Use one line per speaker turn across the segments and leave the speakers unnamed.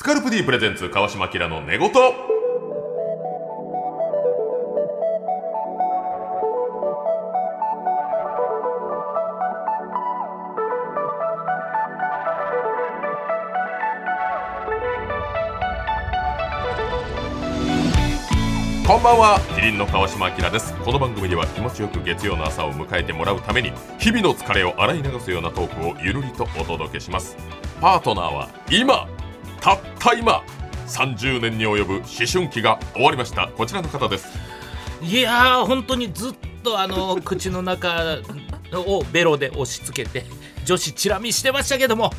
カルプ D プレゼンツ川島明の寝言こんばんはキリンの川島明ですこの番組では気持ちよく月曜の朝を迎えてもらうために日々の疲れを洗い流すようなトークをゆるりとお届けしますパートナーは今たった今30年に及ぶ思春期が終わりましたこちらの方です
いやー本当にずっと あの口の中をベロで押し付けて女子チラ見してましたけども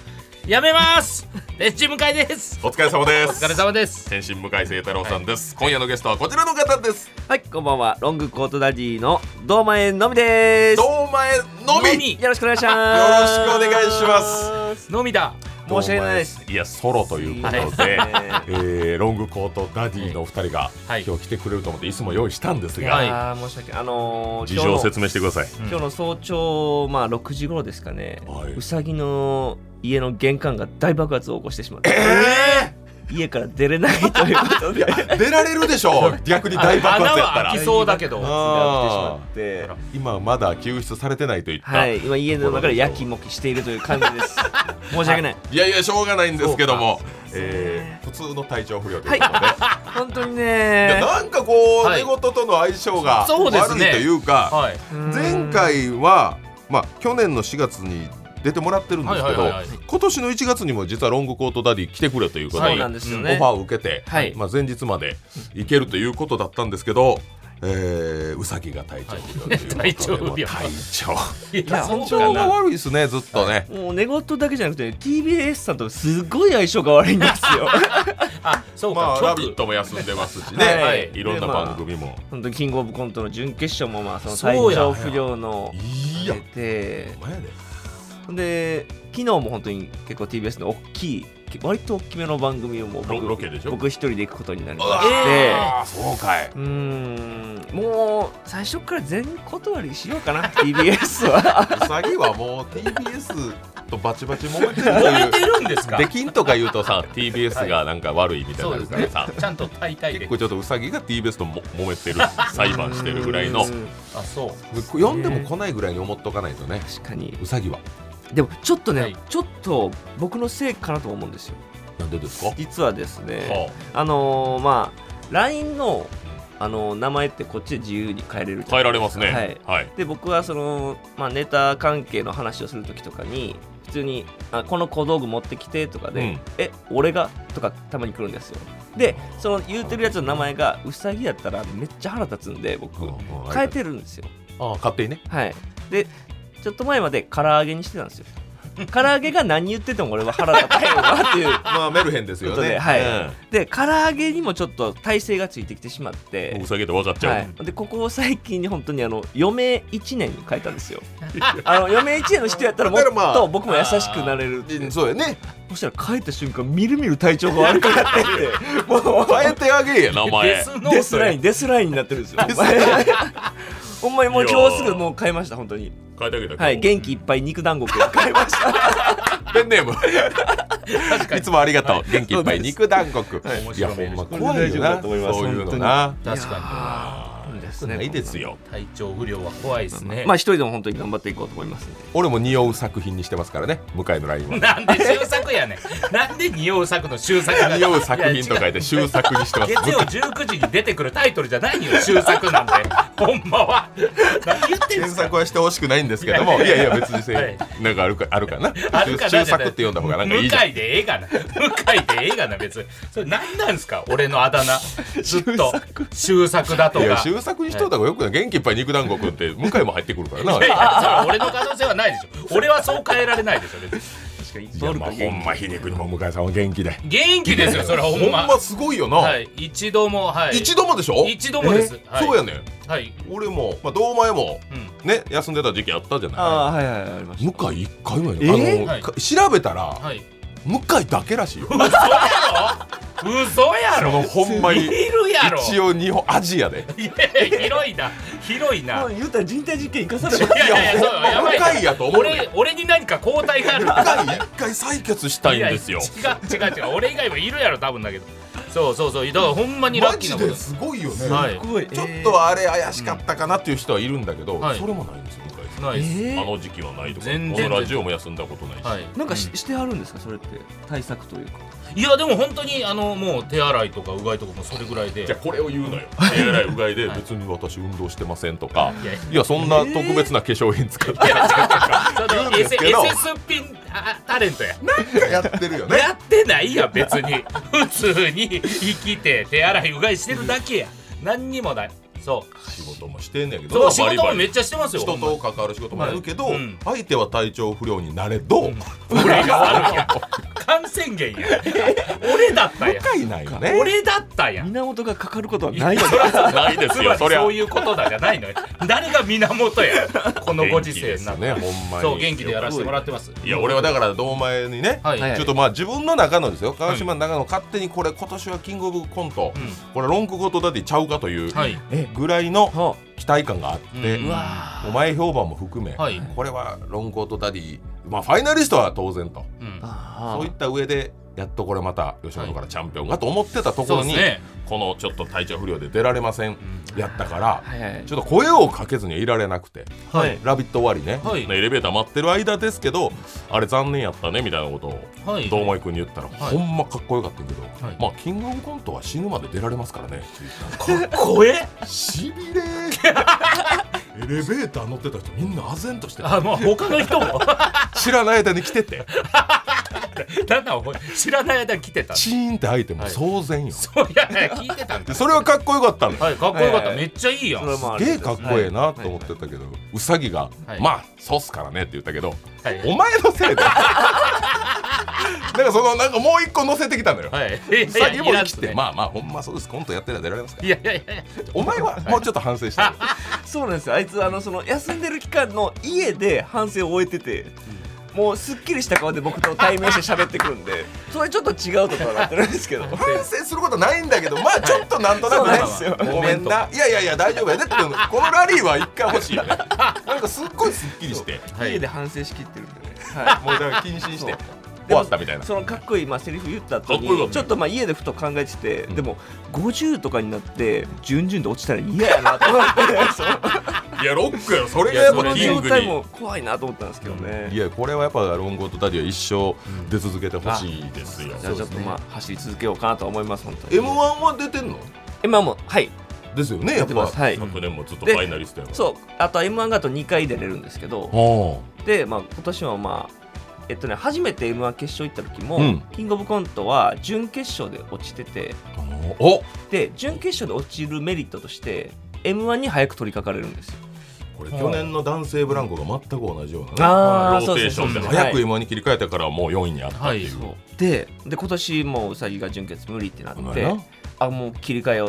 やめますレッチ向井です
お疲れ様で
お
す
疲れ様です
天心向井聖太郎さんです、今夜のゲストはこちらの方です
はい、こんばんは。ロングコートダディの堂前のみです。よ
堂前のみ
のみ
ろしくお願いします。
よろしくお願いしま
のみだ
申し訳ないです。
堂前いやソロということで、
はい
えーロングコートダディのお二人が
はい
今日来てくれると思っていつも用意したんです
い
が、
はい
やー申し訳ないあのー、
事情を
今日の
説明してください
明
今日の早朝まあ6時頃ですかね。
はいう
さぎの家の玄関が大爆発を起こしてしまって、家から出れないというこ とで。やってし
出られるでしょ 逆に大爆発やった
穴は
ら
開きそうだけど
あ
まって。
今まだ救出されてないといった、
はい、今家の中でやきもきしているという感じです。申し 訳ない。
いやいやしょうがないんですけども、
そうか
えー普通の体調不良ということで、
本当に
いや
ね。
なんかこう、
はい
寝言との相性が
そうです
悪い
ね
というか、
はい
前回は、まあ、去年の4月に出てもらってるんですけど、
はいはいはいはい
今年の1月にも実はロングコートダディ来てくれということ
そ
で
うなんですよ
オ
ね。
ファーを受けて、
はい
まあ、前日まで行けるということだったんですけど、えーうさぎが体調不良ということで、も
はい体調不良
う体調
いそ
や
うか
本
体調が悪いですねずっとね、
もう寝言だけじゃなくて TBS さんとすごい相性が悪いんです よ
あそう
ま
か
あ「ラビッ
曲
ト!」も休んでますしね、
はいい
ろんな
でまあ
番組も、
本当にキングオブコントの準決勝もまあその
そう
体
や
調不良の
いや
出て
お前やで
ほんで昨日も本当に結構 TBS の大きい割と大きめの番組をもう僕
ロロケでしょ
僕一人で行くことになりま
うわ
して、
あーそうかいう
ーんもう最初から全断りしよう かな TBS は
うさぎはもう TBS とバチバチ揉めてる
揉めてるんですか
できんとか言うとさ TBS がなんか悪いみたいに
そ
な
うで
る
す
から
ね
さ、
ちゃんと大体で
結構ちょっとうさぎが TBS とも揉めてる裁判してるぐらいの
うーん
あそう
呼んでも来ないぐらいに思っとかないとね
確かに
うさぎは
でもちょっとね、
はい
ちょっと僕のせいかなと思うんですよ
なんでですか、
実はですね、
は
あのーまあ LINE の、あのー名前ってこっちで自由に変えれるじ
あ、変え
ゃない
ら
で
れますす
か
ねは
はいい、
はい、
で僕はその、まあ、ネタ関係の話をする時とかに普通にあこの小道具持ってきてとかで、
うん
え俺がとかたまに来るんですよでその言うてるやつの名前がウサギやったらめっちゃ腹立つんで僕変えてるんですよ
ああ勝手にね
はいでちょっと前まで唐揚げにしてたんですよ唐揚げが何言ってても俺は腹立たへんわっていう
まあメルヘンですよ
ということ
ね
ではい
うん
で唐揚げにもちょっと体勢がついてきてしまって
う、さぎで分かっちゃう、
はい、でここ最近に本当にあの余命1年に変えたんですよ あの余命1年の人やったらもっ
だからまあ
と僕も優しくなれる
うんそうやね
そしたら帰った瞬間みるみる体調が悪くなってきて もう
変えてあげえや名前
デスノート
デスラインデスラインになってるんですよ
デスラ
ほんまにもう今日すぐもう変えました本当に
変えてあげた
はい元気いっぱい肉団子くん変えました
ペンネーム
確か
い
に
つもありがとう。元気いっぱい
そうです
肉団子くん。
はい
いやほんま
これ
怖
大
い
丈
よな。
夫だと
そう
思います
いうのな。
確か
あー
いやーですね
ないですよ。
に体調不良は怖いですね
まあ一人でも本当に頑張っていこうと思いますんで
俺も匂う作品にしてますからね。向井のラインは。
なんで終作やねんなんで匂う作の終作が
匂う作品と
い
書
や違う
いて終作にしてます。
月曜19時に出てくるタイトルじゃないよ終作なん てほんまは何言ってん
検
すか
索はしてほしくないんですけども、いやいや別にせ、
はい
なんかあるかあるかな。
あるかな
終作って読んだ方がなんかいいじゃん。
向井でええがな向井でええがな別にそれ何なんすか俺のあだ名ずっと終作だと
いや
か
終作にしといた方がよくない。元気いっぱい肉団子くんって向井も入ってくるからな。
いやいやそれは俺の可能性はないでしょ俺はそう変えられないでしょ別に
確かにいっ
いやまあほんま皮肉にも向井さんは元気で。
元気ですよそれはほ
ほ
ん
ん
ま
ま、すごいよな。
はい、一度もはい
一度もでしょ。
一度もです
え
はい
そうやね。
はい、
俺もまあ堂前も
うん、
ね休んでた時期あったじゃない。
ああはいはいはいありました
向井一回もや
え
ね、あの
はい
か調べたら、
はい
向井だけらしいよ
嘘やろ嘘や
そ
ろ
の ほんま
い
に
るやろ
一応日本アジアで
いやいや 広いな広 いな
もう言うたら人体実験生かされ
いやいやいやそう
いや
やばいな
深いやと思うよ
俺俺に何か交代がある
一回一回採血したいんですよ
いや違う違う違う俺以外もいるやろ多分だけどそうそうそうだからほんまにラ
マ
ッキー
ジ
なこ
で
と
すごいよね、
はい
すごい
ちょっとあれ怪しかったかなっていう人はいるんだけど、
はい
それもないんですよ向井さん
ないです、
えー
あの時期はないとかこ
全然
のラジオも休んだことないし、
はい、
なんかし,、してあるんですかそれって対策というか
いやでも本当にあのもう手洗いとかうがいとかもそれぐらいで
じゃあこれを言うのよ手洗いうがいで別に私運動してませんとか
いやい
いやそんな特別な化粧品使って
その
言うんですけど
エセスピンあタレントや
やってるよね
やってないやん別に普通に生きて手洗いうがいしてるだけや何にもないそ う
仕事もしてんねんけど
そう仕事もめっ
ち
ちゃしてますよ
人
ほんま
と関わる仕事もあるけど、
はいうん
相手は体調不良になれど、
俺があるやん感染源や 俺だったやん
深いないよね
俺だったやん
源がかかることはない の
そらそう
ないですよ
つまり
そりゃ
そういうことだじゃないのよ誰が源やこのご時世になっ
元気
て
ですねほんまに
そう元気でやらせてもらってます
いや俺はだから堂前にね、
はい、
はい
ちょっとまあ自分の中のですよ川島の中の勝手にこれ今年はキングオブコント、
うん
これ論句ごとだってちゃうかという
はい
ぐらいの
は
期待感があって、
うんうわ
お前評判も含め、
はい
これはロングコートダディ、まあ、ファイナリストは当然と
うん
あ
そういった上でやっとこれまた吉本からチャンピオンがと思ってたとこ
そう
ろ
で
に、
すね
このちょっと体調不良で出られませんやったから、
はいはい
ちょっと声をかけずにはいられなくて
はい
「ラビット!」終わりね、
はい
エレベーター待ってる間ですけどあれ残念やったねみたいなことを
はい
堂前君に言ったら、
はい
ほんまかっこよかったけど、
はい
まあキングオブコントは死ぬまで出られますからねって言ったの
声
しびれ ーエレベーター乗ってた人みんな唖然として
あ
た
もう他の人も
知らない間に来てて
なんだお前知らない間に来てた
チーンって開いても
はい
騒然よ、
そういやいや聞いてたん
で
だ
それはかっこよかったの
はいかっこよかった、
はい
めっちゃいいやんは
もあ
す
る
げえ
んです
かっこええなと思ってたけど、ウサギが、
はい
まあそうっすからねって言ったけど、お
い
前のせい だなんかそのなんかもう一個乗せてきたのよ、
はい
ウサギも
いやいや
生
いらん
き
す
て、
ね
まあまあほんまそうですコントやってたら出られますから
いやいやいや
お前はもうちょっと反省してる
そうなんですよあいつあのその休んでる期間の家で反省を終えてて、もうすっきりした顔で僕と対面して喋ってくるんでそれちょっと違うところになってるんですけど
反省することないんだけどまあちょっとなんとなく
は
ね
いそうなん
ですよ
ごめんないやいやいや大丈夫やでってこのラリーは一回 欲しいよねなんかすっごいすっきりして
はい
家で反省しきってるんでね、はい
もうだから謹慎して
そう
終わったみたいな
そのかっこいい、まあ、セリフ言った後
かっこよかっ
に
た
ちょっとまあ家でふと考えてて、
ん
でも50とかになって順々で落ちたら嫌やなと思ってそう
いやロックよそれ
がやっぱ
この
キン
状態も怖いなと思ったんですけどね、
いやこれはやっぱロンゴとダディは一生出続けてほしいですよ、
じゃあちょっとまあ走り続けようかなと思います本当に
m 1は出てんの
今もはい
ですよねやっ
出て
ぱ、
ますはい
昨年もずっとファイナリストやから
そうあと m 1があと2回出れるんですけど
お
で、まあ、今年はまあえっとね、初めて m 1決勝行った時も、
うん
キングオブコントは準決勝で落ちてて
ーお
で準決勝で落ちるメリットとして m 1に早く取り掛かれるんですよ
これ去年の男性ブランコが全く同じようなね
あー
ローテーションで
そうそうそう
早く m 1に切り替えたからもう4位にあったっていう、
そうでで今年もううさぎが純潔無理ってな
う
っ
まい
て
な
あもう切り替えよ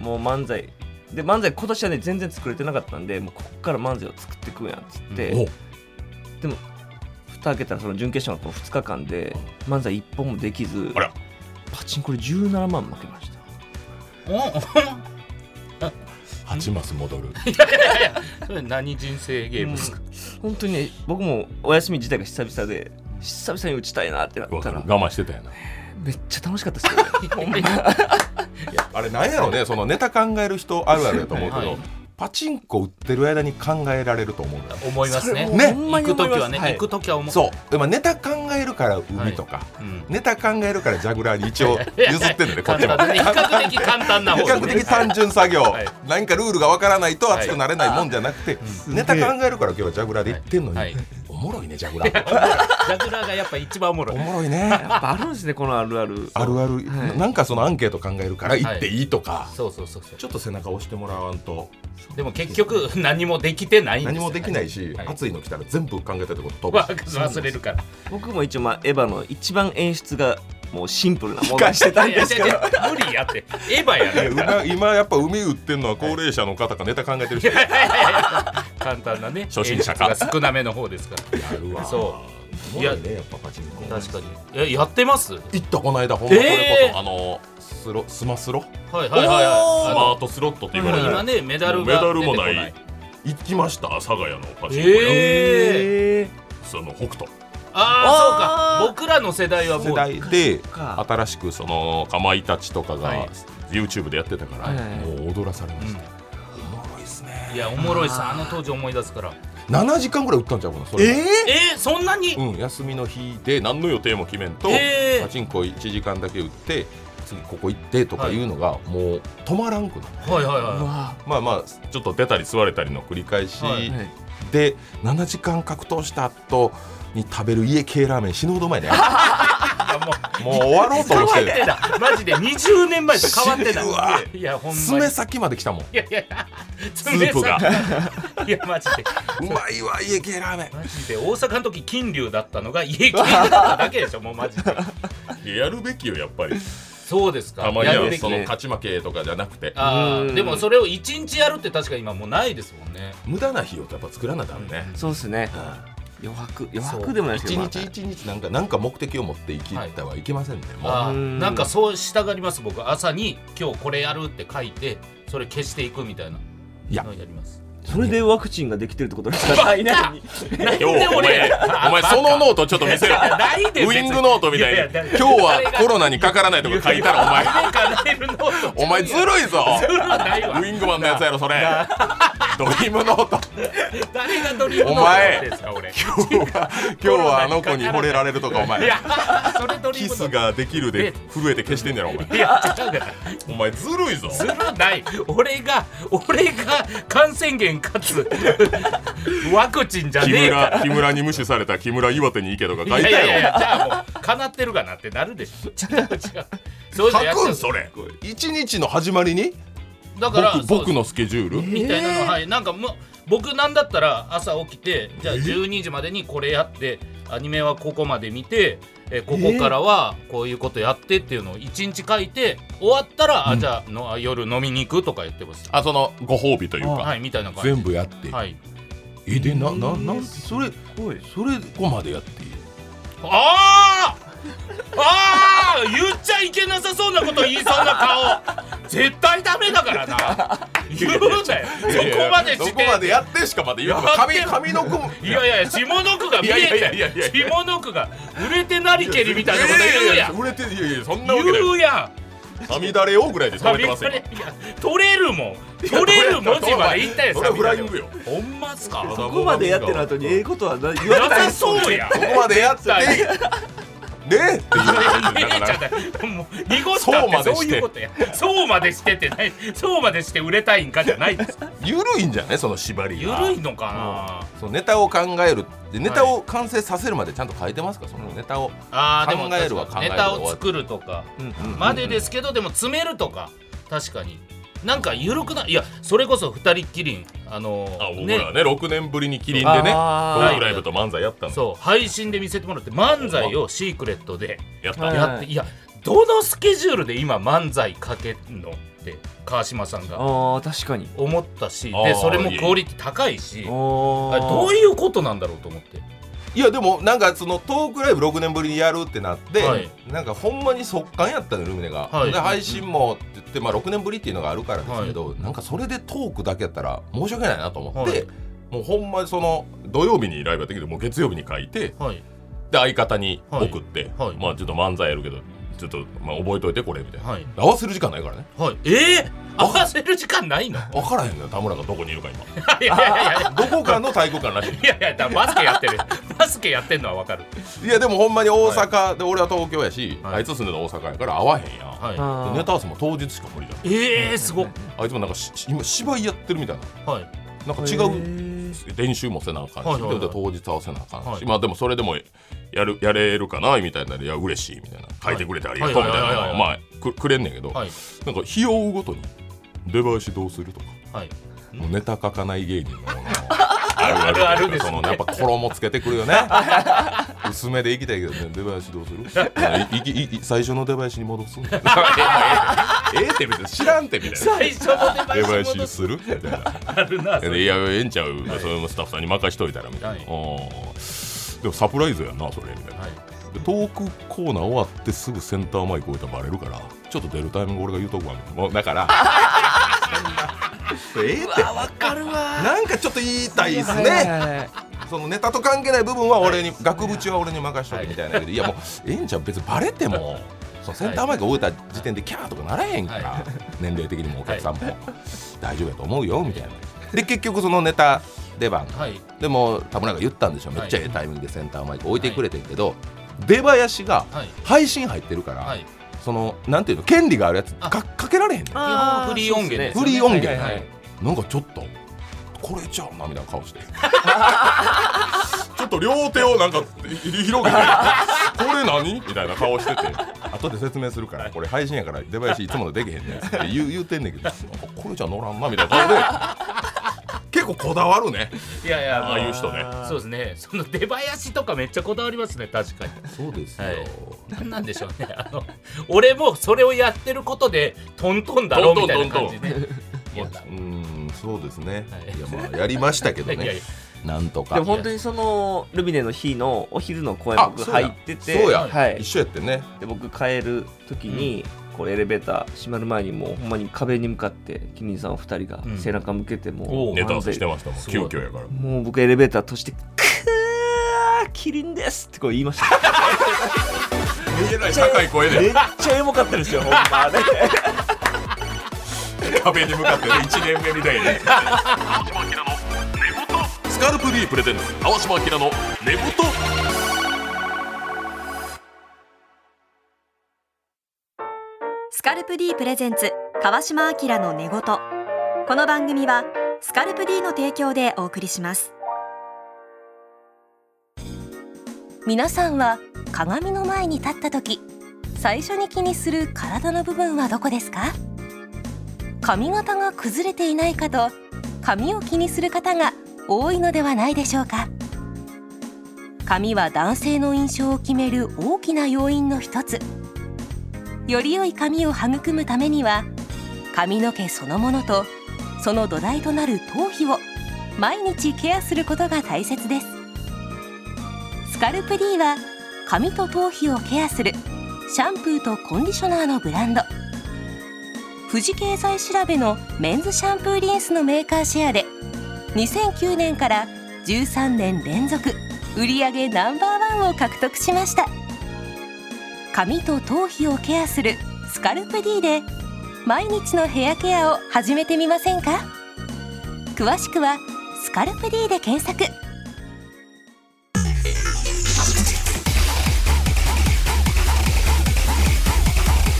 お
もう漫才で漫才今年はね全然作れてなかったんでもうこっから漫才を作っていくんやっつって、
お
蓋開けたらその準決勝の2日間で漫才1本もできず
あら
パチンコで17万負けました
8マス戻 る
それ何人生ゲームですか、
本当にね僕もお休み自体が久々で久々に打ちたいなってなっ
わか
た
る
ら
我慢してたよな
めっちゃ楽しかったです よ、ね、ほんまに
あれなんやろうねそのネタ考える人あるあるやと思うけど、
はい
パチンコ売ってる間に考えられると思うんだよ
思いますね
それもほんま
行
に
く
思い
時
ます
はね、
はい
行く時は思う
そうでもネタ考えるから海とか、
うん
ネタ考えるからジャグラーに一応譲って るねこっちも
簡単ね比較的簡単な
比
方
較的単純作業、
はい
何かルールがわからないと熱くなれないもんじゃなくて、
い
ネタ考えるから今日はジャグラーで言ってんのに、
はいはい
おもろいねジャグラ ー
ジャグラーがやっぱ一番おもろ
お
い
もろいね
やっぱあるんですねこのあるある
あるある、
はい
なんかそのアンケート考えるから言っていいとか、
そうそうそうそう
ちょっと背中押してもらわんと
でも結局何もできてないんです
何
よ
もできないし、
はい
熱いの来たら全部考えたってこと飛ぶ
わ
し
忘れるから
僕も一応まあエヴァの一番演出がもうシンプルなものにしてたんですけ
い
ど
やいやいや無理やってエヴァやね
いや今今やっぱ海売ってんのは高齢者の方かネタ考えてる人
簡単なね
初心者か
演出が少なめの方ですから
やるわ
そ
ごいねやっぱパチンコ
確かにえやってますはい
行ったこの間ほんまそれこ
えー
そあのスロスマスロ
はいはいはい
スマートスロットって言われる
今ねメダル
メ
が
ダ
出
ル
てこ
も
な
ないい行きました阿佐ヶ谷のパチンコ屋、
えー、
え
その北斗
ああ
あー
そうか僕らの世代はも
世
う
代で
か
新しくそのかまいたちとか
は
が
い
YouTube でやってたから
はいはいはい
もう踊らされました、おもろいっすね
いやおもろいさあの当時思い出すから
7時間ぐらい打ったんちゃうかなそれ
え
えー、そんなに、
うん、休みの日で何の予定も決めんと、
えー
パチンコ1時間だけ打って次ここ行ってとかいうのがもう止まらんくなる、
はいはい
ー
は
うわ
まあまあちょっと出たり座れたりの繰り返し、
はい
はい
で7時間格闘した後に食べる家系ラーメン死ぬほどうまいね
いいやもう
もう終わろうと思っ
変わっててたマジで20年前と変わって
うわ
たいやほんまに
爪先まで来たもん
いやいやいや
スープが
爪先いやマジで
うまいわ家系ラーメ
マジで大阪の時金龍だったのが家金龍だっただけでしょもうマジで
ンいややるべきよやっぱり
そうですか
たまに
やる
は
べき
そ
ね
の勝ち負けとかじゃなくて
あ
う
ー
ん
でもそれを1日やるって確か今もうないですもんね
無駄な日をやっぱ作らなダメね、
そうですね
うん
余白余白でもないですけ
一
ど
日一日なんかなんか目的を持って生きたはいけませんね、もう
あ
う
ー
ん
なんかそうしたがります僕朝に今日これやるって書いてそれ消していくみたいない
や
のをやります
それでワクチンができてるってことです か体内に
ようお前お前そのノートちょっと見せろ
ないです
ウイングノートみたいに
いやいや
今日はコロナにかからないとか書いたらお前
夢叶えるノート
お前ずるいぞ
ずるないわ
ウイングマンのやつやろそれドリームノート
誰がドリームノート
お前
持ってんすか俺
今日は今日はあの子に惚れられるとかお
い
前
やそれドリー
キ
ムノー
ス
ト
ができるで震えて消してんねやろお前
いや違うから
お前ずるいぞ
ずるない俺が俺が感染源かつワクチンじゃ
木
ねえから
村木村に無視された木村岩手に行けとか
い
書
や
い
い
た
やい
や
やじゃあもう叶ってるかなってなるでしょ違う違うそういうのやっ
ろ書く
てる
んそれ一日の始まりに
だから
僕
そう
僕のスケジュール
みたいなの、
えー
はいなんかもう僕なんだったら朝起きてじゃあ12時までにこれやってアニメはここまで見てえーここからはこういうことやってっていうのを1日書いて終わったら、あじゃあのあ夜飲みに行くとか言ってます
あそのご褒美というか、
はいみたいな感じ
全部やって、
はい
えでなななんそれ
おい
それここまでやっていい
あーあー言っちゃいけなさそうなこと言いそうな顔絶対ダメだからな言うなよそこまで
そ
し
こ
て
までやってしかまで言わない
やって
髪髪の子も
いやいや下の句が見
いやいや
え
いやい
て
や
下の句が売れてなりけりみたいなこと言うやん
売れていやいやそんなわけない
言うやん
はみだれをぐらいで喋ってますよ
いや取れるもん取れる文字は言ったや
それ
さ
フライングよ
ほんまっすか
ここまでやってる後にええことはな言わ
な
れない
さそうやん
そこまでやってね
絶
って言う
いやいや
だから
ちょっともう濁したってそういうことやそうまでしてってないそうまでして売れたいんかじゃないです
ゆるいんじゃないその縛り
ゆ
が
るいのか
そのネタを考えるでネタを完成させるまでちゃんと書いてますかそのネタを
なあーでも
考えるは考え
ネ
る
タを作るとかまでですけどでも詰めるとか確かになんかゆるくないいやそれこそ二人っきりんあの
あ
ー
僕らはね6年ぶりにキリンでねト
あ
ー
ークライブと漫才やったの
そう配信で見せてもらって漫才をシークレットで
やった
はい
やっていやどのスケジュールで今漫才かけんのって川島さんが
あー確かに
思ったし
あ
で
ー
それもクオリティ高いし
お
あれどういうことなんだろうと思って
いやでもなんかそのトークライブ6年ぶりにやるってなって、
はい
なんかほんまに速乾やったのよルミネが、
はい
で配信もって言って、まあ、6年ぶりっていうのがあるからですけど、なんかそれでトークだけやったら申し訳ないなと思って、
はい
もうほんまにその土曜日にライブやったけどもう月曜日に書いて
はい
で相方に送って、
はいはい
まあちょっと漫才やるけどちょっと、まあ、覚えといてこれみたいな、
はい
合わせる時間ないからね
はいええ合わせる時間ないの い
分からへんのよ田村がどこにいるか今
やいやいやいや
どこかの体育館らしい
いやいや、だからバスケやってる。バスケやってんのはわかる。
いやでもほんまに大阪で、俺は東京やし、
はい
あいつ住んでた大阪やから会わへんやん、
は
で
あ
ネタ合わせも当日しか無理じゃん
い。ええー、すごっ。
あいつもなんかし今芝居やってるみたいな
はい。
なんか違う
う
練習もせなあかんし、
はいはいはい
で当日合わせなあかんし、
はい
まあでもそれでもやるやれるかなみたいなでいや嬉しいみたいな書いてくれてありがとう
はい
みたい
はいはいはい
な
は
ま
い
あくくれんねんけど、
はい。
なんか日を追うごとに出囃子どうするとか
はい。
もうネタ書かない芸人のあるある
あるあるですね
そのやっぱ衣つけてくるよね薄めでいきたいけどね出囃子どうするいいいい最初の出囃子に戻すんだええって別に知らんってみたいな
最初の
出
出
囃
囃
子
子
に
戻
するみたいな
あるな。それ
でいやええんちゃう、それもスタッフさんに任しといたらみたいな、
はい
おーでもサプライズやなそれみたいな、
はい
でトークコーナー終わってすぐセンターマイク置いたらバレるからちょっと出るタイミング俺が言うとこわみたいなもうだから そんなええって
あわかるわ
なんかちょっと言いたいです
はいはい
ね
はい
そのネタと関係ない部分は俺に、額縁は俺に任しとけみたいなけど、い、やもうええんちゃう別にバレてもそのセンターマイク終えた時点でキャーとかならへんから、
は
年齢的にもお客さんも、大丈夫やと思うよみたいなで結局そのネタ出番
はい
でも田村が言ったんでしょ
はい
めっちゃええタイミングでセンターマイク置いてくれてんけど、出囃子が
はい
配信入ってるから、
はい
そのなんていうの権利があるやつか
あ
かけられへんねん
あーフリー音源ですよね
フリー音源、
はいはいはい
なんかちょっとこれちゃうなみたいな顔して ちょっと両手をなんかひ広げて これ何みたいな顔してて後で説明するからこれ配信やから出囃子いつものできへんねんって言う言うてんねんけどこれじゃ乗らんなみたいな顔で結構こだわるね
いやいや
ああいう人ね
そうですねその出囃子とかめっちゃこだわりますね確かに
そうです
よなんなんでしょうねあの俺もそれをやってることでトントンだろみたいな感じねいや
うーんそうですね、
はい
い、やまあやりましたけどね
いやいや
なんとか
でも本当にそのルミネの日のお昼の公演
あ
僕
そうや
入ってて
そうや、
はい
一、緒やってね
で僕帰る時に、これエレベーター閉まる前にもうほんまに壁に向かってキミンさんお二人が
うん
背中向けてもう
おう
ネタ合わせしてましたもん
す
急
ごい
遽やから
もう僕エレベーター閉じて「くーキリンです」ってこう言いました
えらい高い声
めっ
で
ちゃエモかったですよほんま ね
壁に向かってね1年目みたいに川島明の寝言スカルプ D プレゼンツ川島明の寝言
スカルプ D プレゼンツ川島明の寝言この番組はスカルプ D の提供でお送りします皆さんは鏡の前に立った時最初に気にする体の部分はどこですか髪型が崩れていないかと髪を気にする方が多いのではないでしょうか髪は男性の印象を決める大きな要因の一つより良い髪を育むためには髪の毛そのものとその土台となる頭皮を毎日ケアすることが大切ですスカルプ D は髪と頭皮をケアするシャンプーとコンディショナーのブランド富士経済調べのメンズシャンプーリンスのメーカーシェアで2009年から13年連続売上ナンバーワンを獲得しました髪と頭皮をケアするスカルプ D で毎日のヘアケアを始めてみませんか詳しくは「スカルプ D」で検索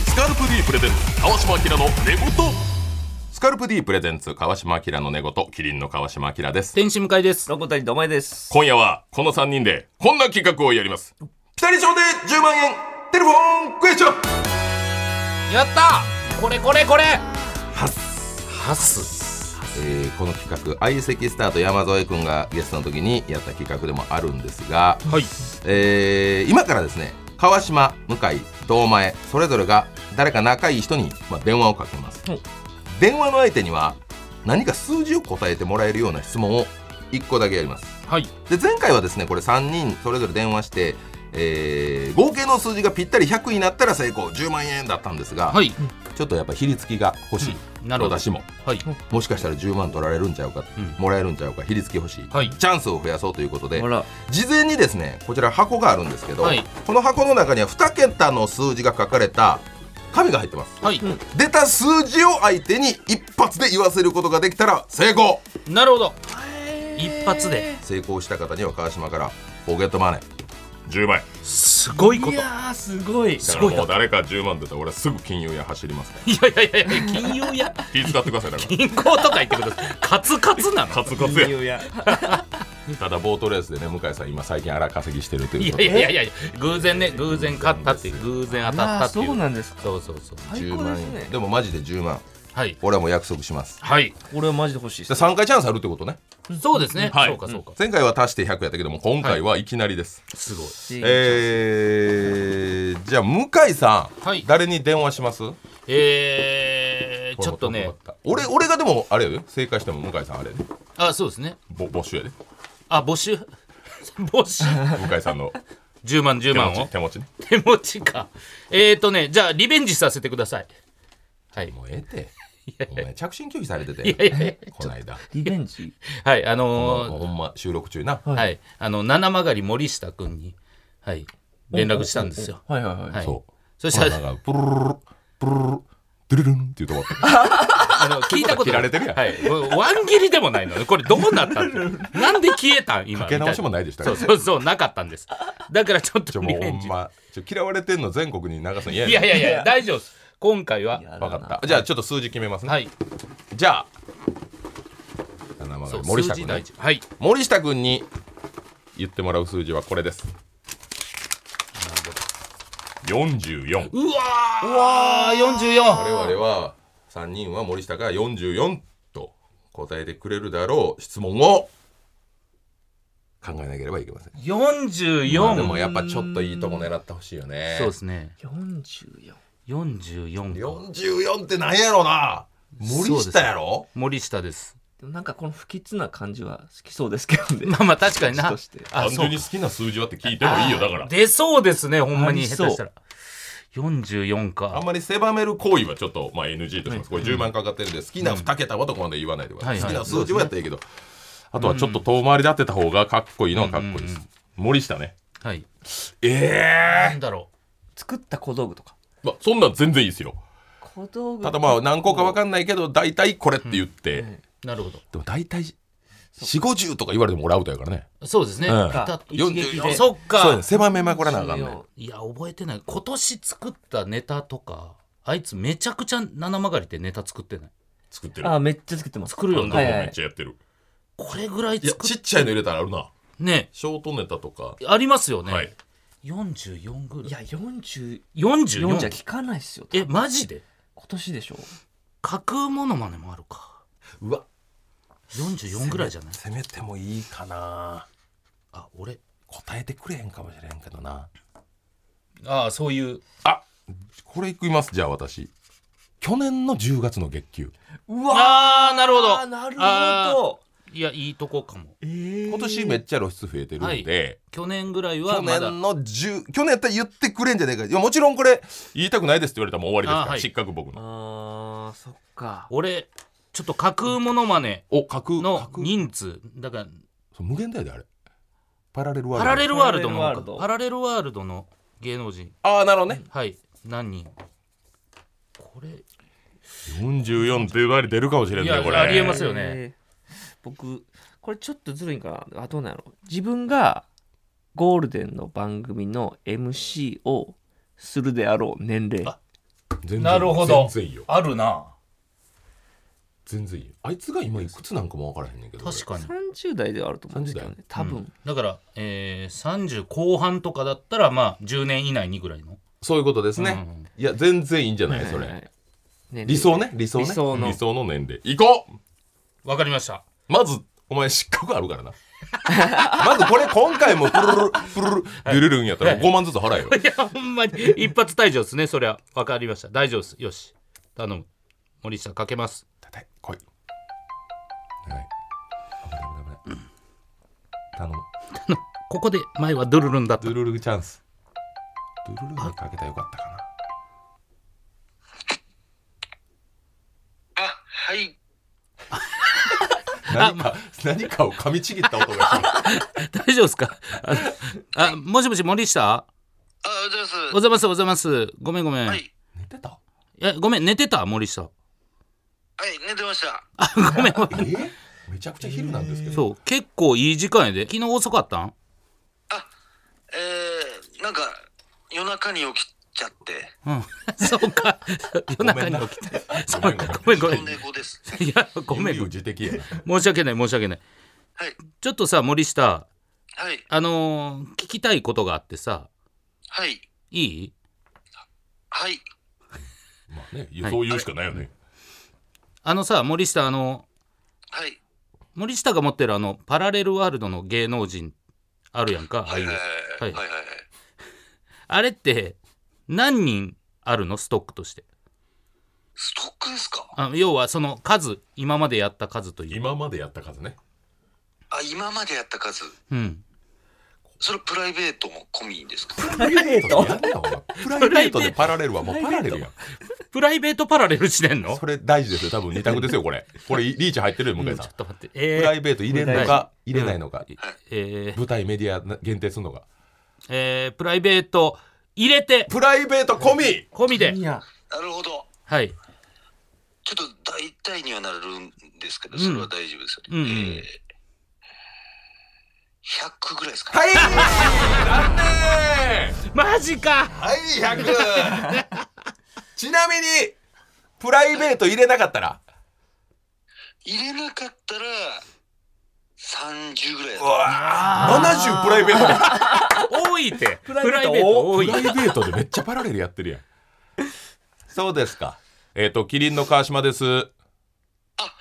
スカルプ D プレゼンツ川島明の寝言スカルプ D プレゼンツ川島明の寝言キリンの川島明です
天使向かいです
ロコ谷どまいです
今夜はこの3人でこんな企画をやりますピタリ賞で10万円テレフォンクエスチョン
やったこれこれこれ
ハスハス、えーこの企画相席スタート山添君がゲストの時にやった企画でもあるんですが、
はい
えー今からですね川島向井堂前それぞれが誰か仲いい人に、まあ、電話をかけます、
はい
電話の相手には何か数字を答えてもらえるような質問を1個だけやります
はい
で前回はですねこれ3人それぞれ電話して、えー合計の数字がぴったり100になったら成功10万円だったんですが、
はい
ちょっとやっぱ比率きが欲しい、
なるほど
私も
はい
もしかしたら10万取られるんちゃうか、
うん
もらえるんちゃうか比率き欲しい、
はい
チャンスを増やそうということで
ほら
事前にですねこちら箱があるんですけど、
はい
この箱の中には2桁の数字が書かれた紙が入ってます
はい
出た数字を相手に一発で言わせることができたら成功
なるほど一発で
成功した方には川島からポケットマネー10倍
すごいことい
い
や
やーすごい
だ
す
から
ごい
も
な
う誰か10万出たら俺すぐ金融屋走りますね
いやいやいや金融や
気使ってくださいだから
銀行とか言ってくださいカツカツなの
カツカツや ただボートレースでね向井さん今最近荒稼ぎしてるという
い
こ
や
と
い
で
やいやいや偶然ね偶然勝ったっていう偶然当たったっていう
そうなんですか
そうそうそう
最
10
高
万
です
円
ね
でもマジで10万
はい
俺はもう約束します
はい
俺はマジで欲しいです
3回チャンスあるってことね
そうですね
はい
そうかそうか
前回は足して100やったけども今回はいきなりです、
すごい
えー、じゃあ向井さん、
はい
誰に電話します
えーちょっとね
俺俺がでもあれやで正解しても向井さんあれやで
あそうですね
ぼ募集やで
あ募集 帽子
向井さんの
10万10
手
万
持ち
を
手持ちね
手持ちかえーとねじゃあリベンジさせてくださいはい
もうええってお前着信拒否されてて
いやいやい
こないだ
リベンジ
はいあ
もう
の
ほんま収録中な、
ーはいあの七曲り森下君にはい連絡したんですよ
はいはいはい
はい
そう
そし
ほ
た
ら
ら
なんかプルルルルプルルルドゥルルンっていうとこ
あの聞いたこと
切られてるやん
はい、ワン切りでもないのでこれどうなったんだなんで消えたん今
かけ直しもないでした
そ
よ
うそうそうなかったんですだからちょっ
ち
と
ょも
リ
う
ベ
ほ
ン
ん
ジ
まちょ嫌われてんの全国に流すの嫌
い
や
や
ね
いやいや大丈夫です今回は
や
分かったじゃあちょっと数字決めますね、
はい
じゃあ七曲
そ
り
う
森下
数字
君、
大
ね
事、はい
森下君に言ってもらう数字はこれです44
うわーうわー44
我々は3人は森下が44と答えてくれるだろう質問を考えなければいけませんまあでも
44
やっぱちょっといいとこ狙ってほしいよね
そうですね
44
44か
44ってなんやろな森下やろ
森下です
でもなんかこの不吉な感じは好きそうですけどね
まあまあ確かにな
として
あ
単
そう
純に好きな数字はって聞いてもいいよだから
出そうですねほんま
あ
に
り
下
そう
手したら44か
あんまり狭める行為はちょっと、まあ、NG とします、これ10万かかってるんで好きな2桁はとこまで言わないでください、
うん
好
はい
き
はい
な数字はやったらいいけど、あとはちょっと遠回りで当てた方がかっこいいのはかっこいいです、森下ね
はい
ええ
なんだろ
作った小道具とか
まあ、そんなん全然いいですよ
小道具
ただまあ何個か分かんないけど大体これって言って、
うなるほど
でも大体4 5 0とか言われてもらうとやからね
そうですね、
うん
ピタッと
一撃
44
で
そっ
そうやね
か
狭めまくらなあかんねん
44
いや覚えてない今年作ったネタとかあいつめちゃくちゃ七曲りってネタ作ってない
作ってる
あめっちゃ作ってます
作るよ
バン
ね、
ドも
はいはい
めっちゃやってる、
これぐらい
いや
作
ち
っ
っちゃいの入れたらあるな
ね
ショートネタとか、
ありますよね、
はい
44ぐら
い
い
や44
44
じゃ聞かないっすよ
えマジで
今年でしょ
架空モノマネもあるか
うわ
44ぐらいじゃない
せめてもいいかな
あ俺
答えてくれへんかもしれんけどな
ああそういう
あこれいきますじゃあ私去年の10月の月給
うわ
ああなるほど
ーなる
あ
ほど
ーいやいいとこかも
えー
今年めっちゃ露出増えてるんで、
去年ぐらいはま
去
だ
年の10去年やったら言ってくれんじゃないかいやもちろんこれ言いたくないですって言われたらもう終わりですから、
あはい
失格僕の
あーそっか
俺ちょっと架空モノマネ
お架空
の
架空
人数だから
そう無限大であれパラレルワールド
パラレルワールド
パラレルワール
の
ド
パラレルワールドの芸能人
ああなるほどね、
はい何人これ
44って言われてるかもしれんね
いや
これ
ありえますよね
えー僕これちょっとずるいんかなあどうなんやろ自分がゴールデンの番組の MC をするであろう年齢
あ
全然いいよ
なるほ
全
ど
然いいよ
あるな
全然いいよあいつが今いくつなんかも分からへんねんけど
確かに
30代ではあると思うんですけど
30
ね多分、
だから、えー、30後半とかだったらまあ10年以内にぐらいの
そういうことですね、
うん
いや全然いいんじゃない、それ、
はい年齢
理想ね理想ね
理想の
年齢行こう
わかりました
まずお前失格あるからなまずこれ今回もプルルルプルルルデュルルンやったら5万ずつ払えよ
いやほんまに一発退場ですねそりゃわかりました大丈夫ですよし頼む森下かけます
叩い来いはい危ない危ない危ない頼む
ここで前はドゥルルンだった
ドゥルルルチャンスドゥルルルにかけたらよかったかな
あ、はい。
何か何かを噛みちぎった音がする
大丈夫ですかあのあもしもし森下
あ、おはようございます。
おざいますおざいますごめんごめん、、
はいい。
寝てた
やごめん寝てた森下
はい、寝てました。
あごめんごめん
えーめちゃくちゃ昼なんですけど、
そう結構いい時間やで昨日遅かったん
えー、なんか、夜中に起きちゃって。
うん そうか夜中に起きてそう
ごめんな
ごめんごめん
の猫です。
いやごめん
悠々自適やな
申し訳ない申し訳ない
はい。
ちょっとさ森下
はい。
あのー聞きたいことがあってさ
はい。
いい
はい。
まあねいやそう言うしかないよね、
あのさ森下あの
はい。
森下が持ってるあのパラレルワールドの芸能人あるやんかああ
はいい。
う
はい。はい。
は
はいい。はい。
あれって何人あるのストックとして
ストックですか
あ要はその数今までやった数という
今までやった数ね
あ、今までやった数。
うん
それプライベートも込みですか
プライベート
やめろプライベートでパラレルはもうパラレルやん
プライベートパラレルしてんの
それ大事ですよ多分二択ですよこれこれリーチ入ってるよ向
う
井
んち
さん
ょっと待って
プ
え
ライ
ー、
ベート入れるのか入れないのか
えー
舞台メディア限定するのか
えープライベート入れて
プライベート込み
込みで
いや
なるほど。
はい
ちょっと大体にはなるんですけど、それは大丈夫ですよ
うんう
ね。
ん
えー、100ぐらいですか、
はい残念
マジか
はい100 ちなみにプライベート入れなかったら
入れなかったら、30ぐらいうだ
わー70プライベートで
多いってプ
プ
ラ
ラ
イ
イ
ベ
ベ
ー
ート
ト多
プ
い
ライベートでめっちゃパラレルやってるやんそうですかえっ、とキリンの川島です
あ、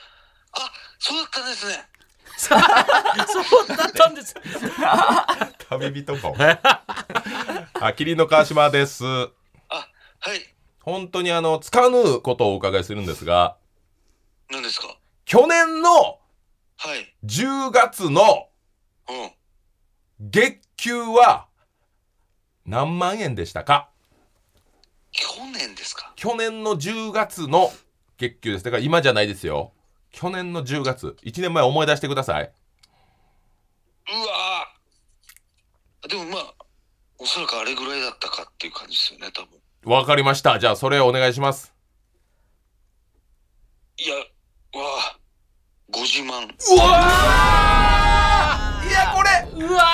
そうだったんですね。
そうだったんです
旅人か あキリンの川島です
あ、はい。
本当にあのつかぬことをお伺いするんですが
何ですか
去年の
はい。
10月の
うん。
月給は何万円でしたか
去年ですか
去年の10月の月給ですだから今じゃないですよ去年の10月1年前思い出してくださいう
わーでもまあ、おそらくあれぐらいだったかっていう感じですよね、多分。
わかりましたじゃあそれお願いします
いや、うわあ50万。
うわーいやこれ
うわ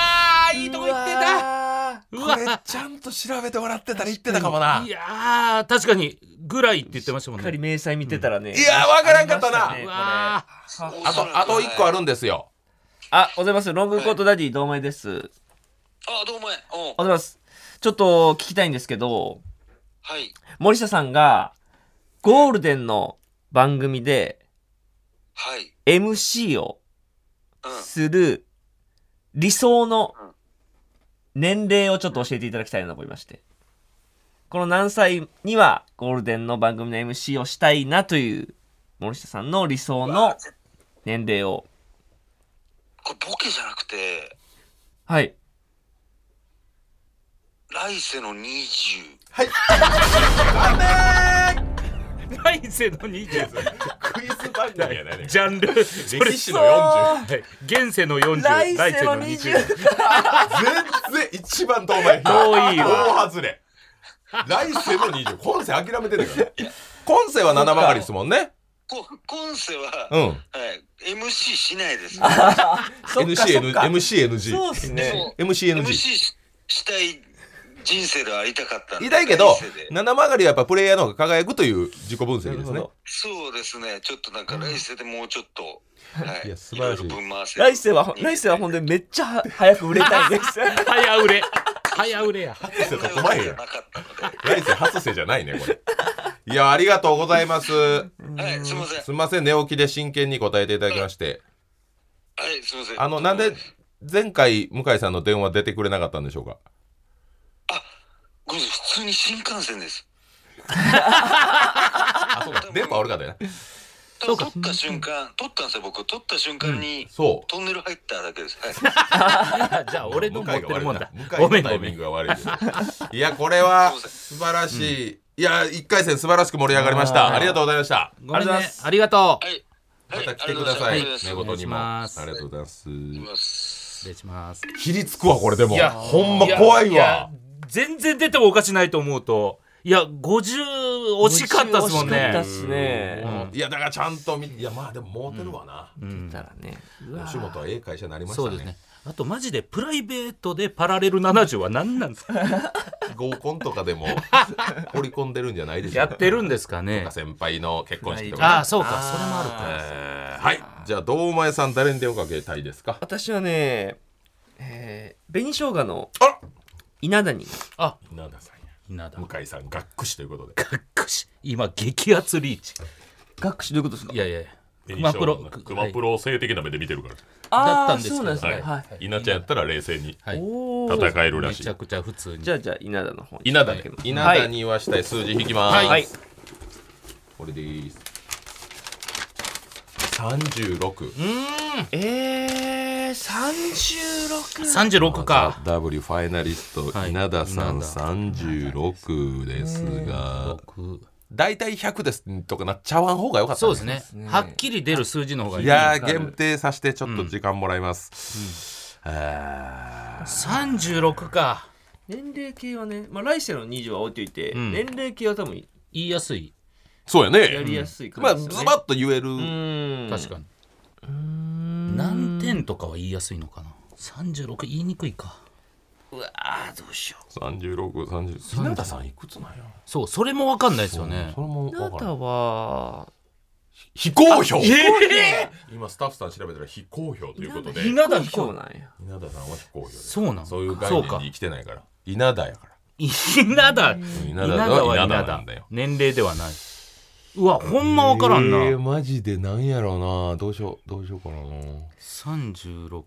ーいいとこ行ってたう
こ
わ
れちゃんと調べてもらってたら言ってたかもない
やー確かにぐらいって言ってましたもん
しっかり
ね
明細見てたらね、
いやわからんかったな
あり
う
ま
わ
したねこれ
あとあと1個あるんですよ
あおはようございますロングコートダディ堂前ですおはよ
あ、どうもや。うん
う。ございますちょっと聞きたいんですけど
はい。
森下さんがゴールデンの番組で
はい。
MC を
うん。
する理想の年齢をちょっと教えていただきたいなと思いまして。この何歳にはゴールデンの番組の MC をしたいなという森下さんの理想の年齢を。
これボケじゃなくて、
はい。
来世の20。
ー来世の20
クイズ番組や ね
ジャンルそれ
歴史の40
はい現世の40
来世の20。
全然一番遠前
遠いわ
大外れ来世の20今世諦めてるから今世は七曲がりですもんね
こ今世は、
うん
はい、MC しないです。
そっかそっ
NCN
か
MCNG
そうですね。
MC
MCNG
ししたい人生ではありたかったんで。
痛いけど
来世で
七曲がりはやっぱプレイヤーの方が輝くという自己分析ですね
そうですね。ちょっとなんか来世でもうちょっと、はい。
いや素晴らしい
ろろぶん回せる
来世は、来世は本当にめっちゃは早く売れたいです。
早売れ早売れや
来世とこまへんやん
なかったので。
来世初世じゃないねこれいやありがとうございます
はい、すみません。
すみません寝起きで真剣に答えていただきまして
はい、すみません。
あのなんで前回向井さんの電話出てくれなかったんでしょうか
ごめんなさい普通に新幹線です。
あそうか電波悪かったよね
多分撮った瞬間、撮ったんですよ、僕。撮った瞬間に、
そう
トンネル入っただけです。はい。
じゃあ俺の持ってるもんだ
向井
ご
の
めん
タ
ご
イ
め
ミン
ん
グが悪いです。いや、これは素晴らしい。いや、一回戦素晴らしく盛り上がりました。
あー
ありがとうございました。
ごめん
ありがとうご
ねありがとう
ざいます
はい。
ま
はい
た来てください。
ありがとうござ
寝
います
言にも。あり
お願いします
がとうございます。
行きます
失礼します
ひりつくわ、これでも。
いや
ほんま怖い
いや
わ。
全然出てもおかしないと思うといや50惜しかったですもん
惜しか
ね
ったっすね
うんいや、だからちゃんと見、いや、まあでも、モテるわな。
うん
だからね。
吉本はええ会社になりまし
そう
た
ですね
ね。
あとマジでプライベートでパラレル70は何なんですか
合コンとかでも、掘り込んでるんじゃないでしょ
や
うか
っ。てるんです
な
か
ん
ね
か先輩の結婚式と
ああ
か。
そうかそれもあるか
えーはい。じゃあ、堂前さん、誰に電話かけたいですか
私はね、えー、紅生姜の
あら
稲田に。
あ
なんださんや。
稲田
向井さんがっくしということで
隠し今激アツリーチ
学士どういうことですか
いやいや熊プ ロ
熊プ
ロ
ロを性的な目で見てるから、
だったんですけど
そうなんです
は
ね。
い
はい。
稲ちゃんやったら冷静に
はい
おー
戦えるら
め
しい
ちゃくちゃ普通に
じゃあじゃあ稲田の方に
稲田に
はい
稲田にはしたい数字引きます、
はい
はい
これでいいです36
うーん
えーえー、36
36か
W ファイナリスト、
はい
稲田さん
稲田
36ですが
六
大体100ですとかなっちゃわん方がよかった
そ
ね、
うですねはっきり出る数字の方がい
い
い
やー限定させてちょっと時間もらいます、あー
36か
年齢系はね、まあ、来世の20は置いといて、
うん
年齢系は多分
言いやすい
そうや
や
ね
りやすい感
まあ
じです
ズ
よね、
バッと言える、
うん
確かに何点とかは言いやすいのかな36言いにくいか
3630稲田さんいくつなんや
そうそれも分かんないですよね
それも分からん
は
非公表
え
今スタッフさん調べたら非公表ということで
ひなだひこなんや
稲田さんは非公表です
そうなの
そういう概
そ
念
う
に
か
生きてないから稲田やから
稲田
稲田
稲田
は
は
稲
稲
田
田
なんだよ
年齢ではないうわほんま分からんな、
えーマジでなんやろうなどうしようどうしようかな
36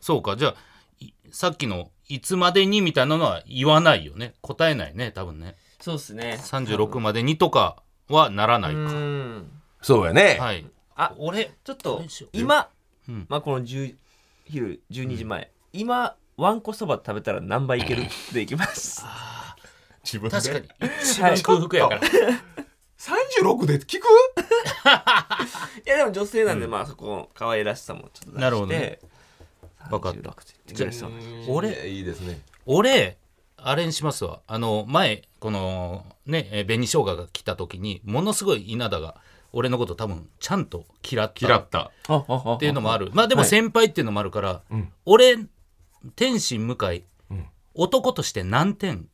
そうかじゃあいさっきの「いつまでに」みたいなのは言わないよね答えないね多分ね
そうっすね
36までにとかはならないか
うん
そうやね、
はい
あ
俺
ちょっと
どうしよう
今、
うん
まあこの10昼12時前、今わんこそば食べたら何倍いけるでいきます
自分で
確か に一番空腹やから
36で聞く
いやでも女性なんで、まあそこ可愛らしさもちょっと出して
なるほどね
36
わかった
いてくれそうなんです
俺
いいですね
俺あれにしますわあの前このねえー紅生姜が来た時にものすごい稲田が俺のこと多分ちゃんと嫌った
嫌った
あああ
っていうのもあるまあでも先輩っていうのもあるから、
ん
俺天心向井、
ん
男として何点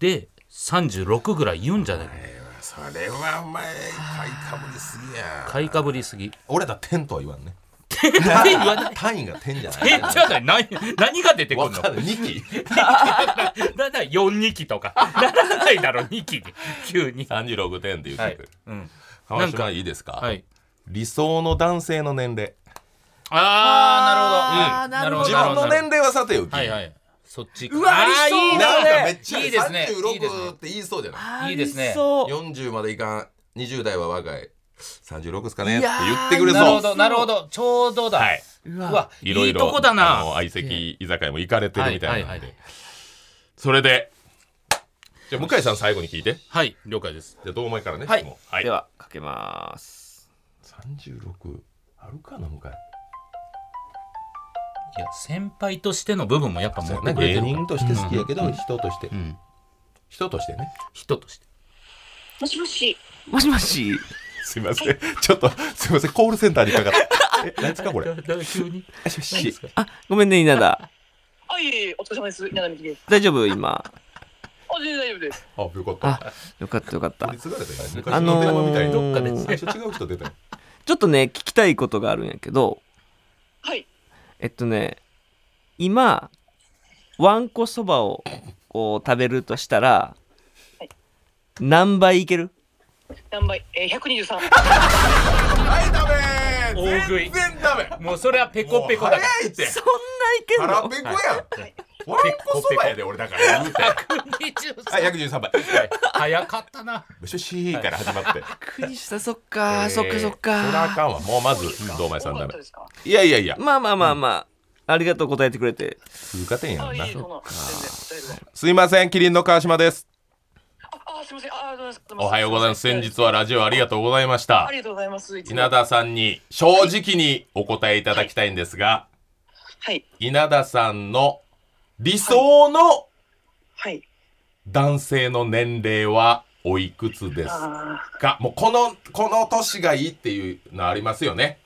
で36ぐらい言うんじゃない
それはお前買いかぶりすぎや
買いかぶりすぎ
俺だ天とは言わんね
点って言わない
単位が天じゃない
点じゃない何何が出てくる
わ
の
かる2期
だだ42期とかならないだろ2期に急に
36点って言ってくる、
うん
川島いいですか、
はい
理想の男性の年齢
ああなるほど、うん、
自分の
なる
年
ほど
齢はさておき、
はいはいそっち
うわありそう
ーいい
なん
ね
かめっちゃ
いいですねいいですね
36って言いそうじゃない
いいですね
ありそう
40までいかん20代は若い36ですかねって
やー
言ってくれそう
なるほどなるほどちょうどだ、
はい、
う
う
わ
わい
いろいろ
とこだ
あ
な
の相席居酒屋も行かれてるみたいなんで、
はいはいはい
それでじゃあ向井さん最後に聞いて
はい了解です
じゃあ堂前からね
はい
質問はい、
ではかけます
36あるかな向井
いや先輩としての部分もやっぱ持ってくれて
芸
るか
人
ら
として好きやけど、人として、
うん
人としてね
人として
もしもし。
もしもし
すいませんちょっとすいませんコールセンターにかかったえ何ですかこれ
だだ急に
あしし
あごめんね稲田
あ、いえいえ、お疲れ様です。稲田美希です。
大丈夫今
あ、全然大丈夫です。
あよかった
あよかったよかった
取り継がれたよね昔
あ
の
のー
電話みたいに
どっか
最
で
初違う人出たよ
ちょっとね聞きたいことがあるんやけど
はい。
えっとね今わんこそばをこう食べるとしたら
はい
何倍いける
何倍えー、123。
はいダメ
大食い
全然ダメ
もうそれはペコペコ
もう
だから
早いって
そんないけん
腹
の
ペコやんわんこそばやで俺だから言うてはい
123
113倍
早かったな
むしょしーから始まって
クリしたそっか、
えー
そっかそっ
そらあ
か
かんわもうまず堂前さん
多か
ダ
っ
メ
たですか
いやいやいや
まあまあまあまあありがとう答えてくれて
通過点や
あ、
ん
いえい
な
え、そんな。全然、大丈夫です。
すいませんキリンの川島です
あ、あすみません。あ、どうもです。どうも
おはようございます先日はラジオありがとうございまし
あ
た
りがとうございます。いつも
稲。田さんに正直にお答えいただきたいんですが
はい。
稲田さんの理想の
はい。
男性の年齢はおいくつです
あ
かもうこのこの年がいいっていうのありますよね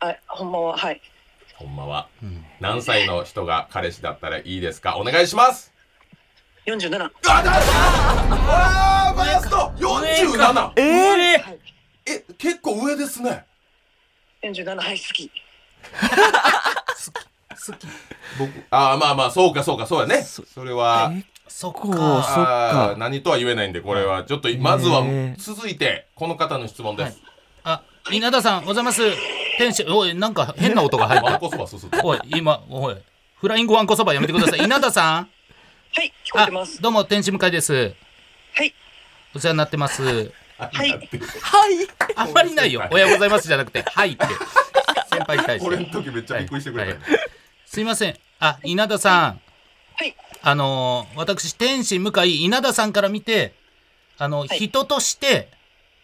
ーあ、ほんまは、はい。
ほんまは、何歳の人が彼氏だったらいいですかお願いします
47。
あだあーバイアスト47
ええ
はい。
え結構上ですね
47、はい、好き。
好き
僕ああまあまあそうかそうかそうやねそれは
そっ
こうそっ
か
あ
か
ー何とは言えないんでこれはちょっとまずは
ねえ
続いてこの方の質問です、
あ稲田さんおはようございます天使おいなんか変な音が入っ
わん
た
こそばすすって
おい今おいフライングワンコそばやめてください稲田さん
はい、聞こえ
あ
てます。
どうも天使向井です
はい。
お世話になってます
はい。
はい
あんまりないよ。おはようございますじゃなくて、はいって。先輩に対して
俺の時めっちゃびっくりしてくれたよ、
はいすいませんあ稲田さん
はい
あのー私天使向井稲田さんから見てあの、
はい
人として、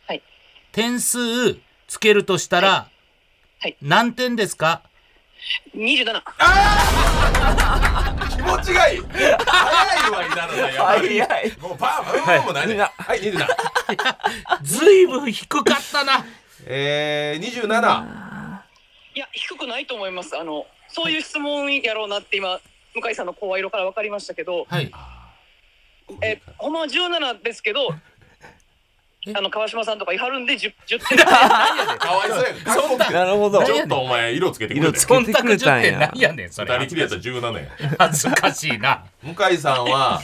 はい
点数つけるとしたら、
はい
何点ですか
二十七。
気持ちがいい早いわになるのよ
早い。
もうパーパーも何
はい
はい27
ずいぶん低かったな
えー、27
いや低くないと思います。あのそういう質問やろうなって今向井さんの声色から分かりましたけど、
はい
えほんまは十七ですけど
え。
あの川島さんとか言いはるんで十 十点。
かわいそうやんかっこつけ
なるほど。
ちょっとお前色つけてくれ
色
た
つ
よ
忖
け
度10点なんやねんそれ
二人きりやったら17や
恥ずかしいな
向井さんは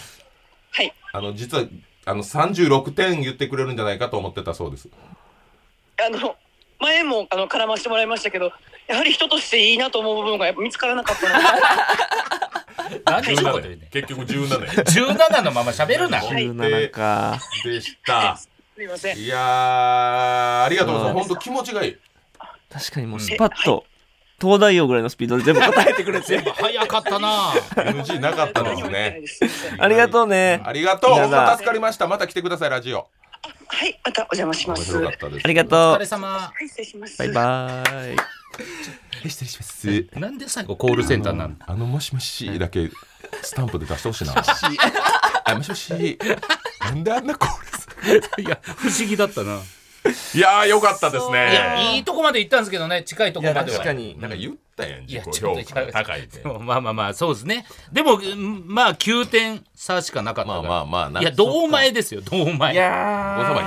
はい。
あの実はあの36点言ってくれるんじゃないかと思ってたそうです
あの前もあの絡ましてもらいましたけど、やはり人としていいなと思う部分がやっぱ見つからなかった ので。
何でしょうこと言
17
うねん
結局17や
17のまま喋 るな
は
はい
17か。
でした
すみません。
いやーありがとうございます
う
本当気持ちがいい
確かにもうスパッと、東大王ぐらいのスピードで全部答えてくれて。
早かったな
NG なかったです
何も言ってない
ね
ですすいませ ん
ありがとうね。
ありがとう
皆さ
本
ん
当助かりましたまた来てくださいラジオ
はい、またお邪魔しま
面
す。
白かっ
は
たです
ありが
お
と
疲
う
れ。様
い、失礼します。
バイバーイ。
失礼します
なんで最後コールセンターなんだ
あのもしもしだけスタンプで出してほしいな。あもしもし。なんであんなコールす
いや不思議だったな、
る。いやーよかったです
いや
ね。
いいとこまで行ったんですけどね近いとこまでは
に
なんか言ったやん
いや
自己
ちょっ
評
と
価が高いって
で。もまあまあまあそうですねでもうんまあ9点差しかなかったか
まあ
ら
まあまあな。
いや同前ですよ同前
いや
誤
ー。
差は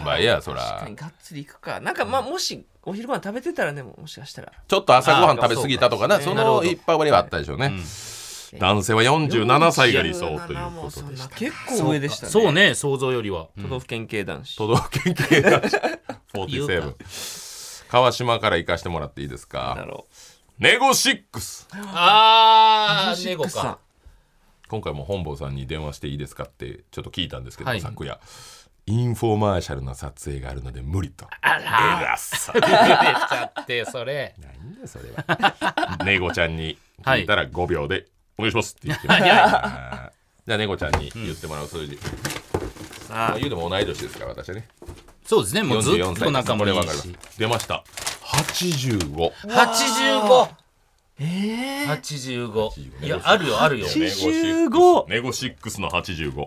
123倍やそら
確かにがっつりいくか。なんかまあ、もし、お昼ご飯食べてたらね、ももしかしたら。
ちょっと朝ごはん食べ過ぎたとか
あ
な
ー
そ
そう
か
のいっぱい割りはあったでしょうね。男性は47歳が理想というこ
47
とで
も
し
そん
た
な。結構上でしたね。
そう。ね想像よりは、
都道府県系男子。
都道府県系男子
言う
47。川島から行かしてもらっていいです
だ
か。
ろ
ネゴシックス。
あ
う。
ーネゴか
今回も本坊さんに電話していいですかってちょっと聞いたんですけど、
はい
昨夜インフォマーシャルな撮影があるので無理と
あら
偉そう
出ちゃってそれ
なんだそれは ネゴちゃんに聞いたら5秒で「お願いします」って言ってます、あーじゃあネゴちゃんに言ってもらう数字、ま
さ
あ、言うても同い年ですから私はね
そうですねもうず
44
っと
歳
仲
こ
もい
れわ
い
かるわ
し
出ました85
85
あ。えー。
85いやあるよあるよ
ネゴシックス
85
ネゴシックスの85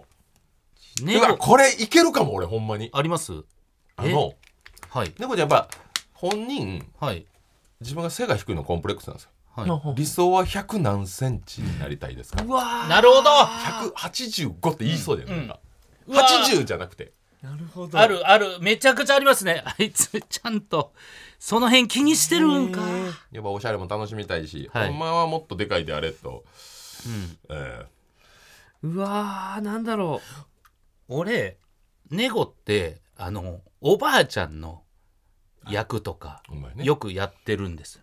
ネ
うわ
ゴ
これいけるかも俺ほんまに
あります
あの
はい
ネゴちゃんやっぱ本人
はい
自分が背が低いのコンプレックスなんですよ
はい
理想は100何センチになりたいですか
うわ
なるほど
185って言いそうじゃないですか、
うんうん
80じゃなくて
ー。なるほど。
あ。るあるめちゃくちゃありますね あいつちゃんとその辺気にしてるんか、
やっぱおしゃれも楽しみたいし、
はい
ほんまはもっとでかいであれと、
うん、
え
うわー、なんだろう。
俺ネゴってあのおばあちゃんの役とか
えお前ね
よくやってるんですよ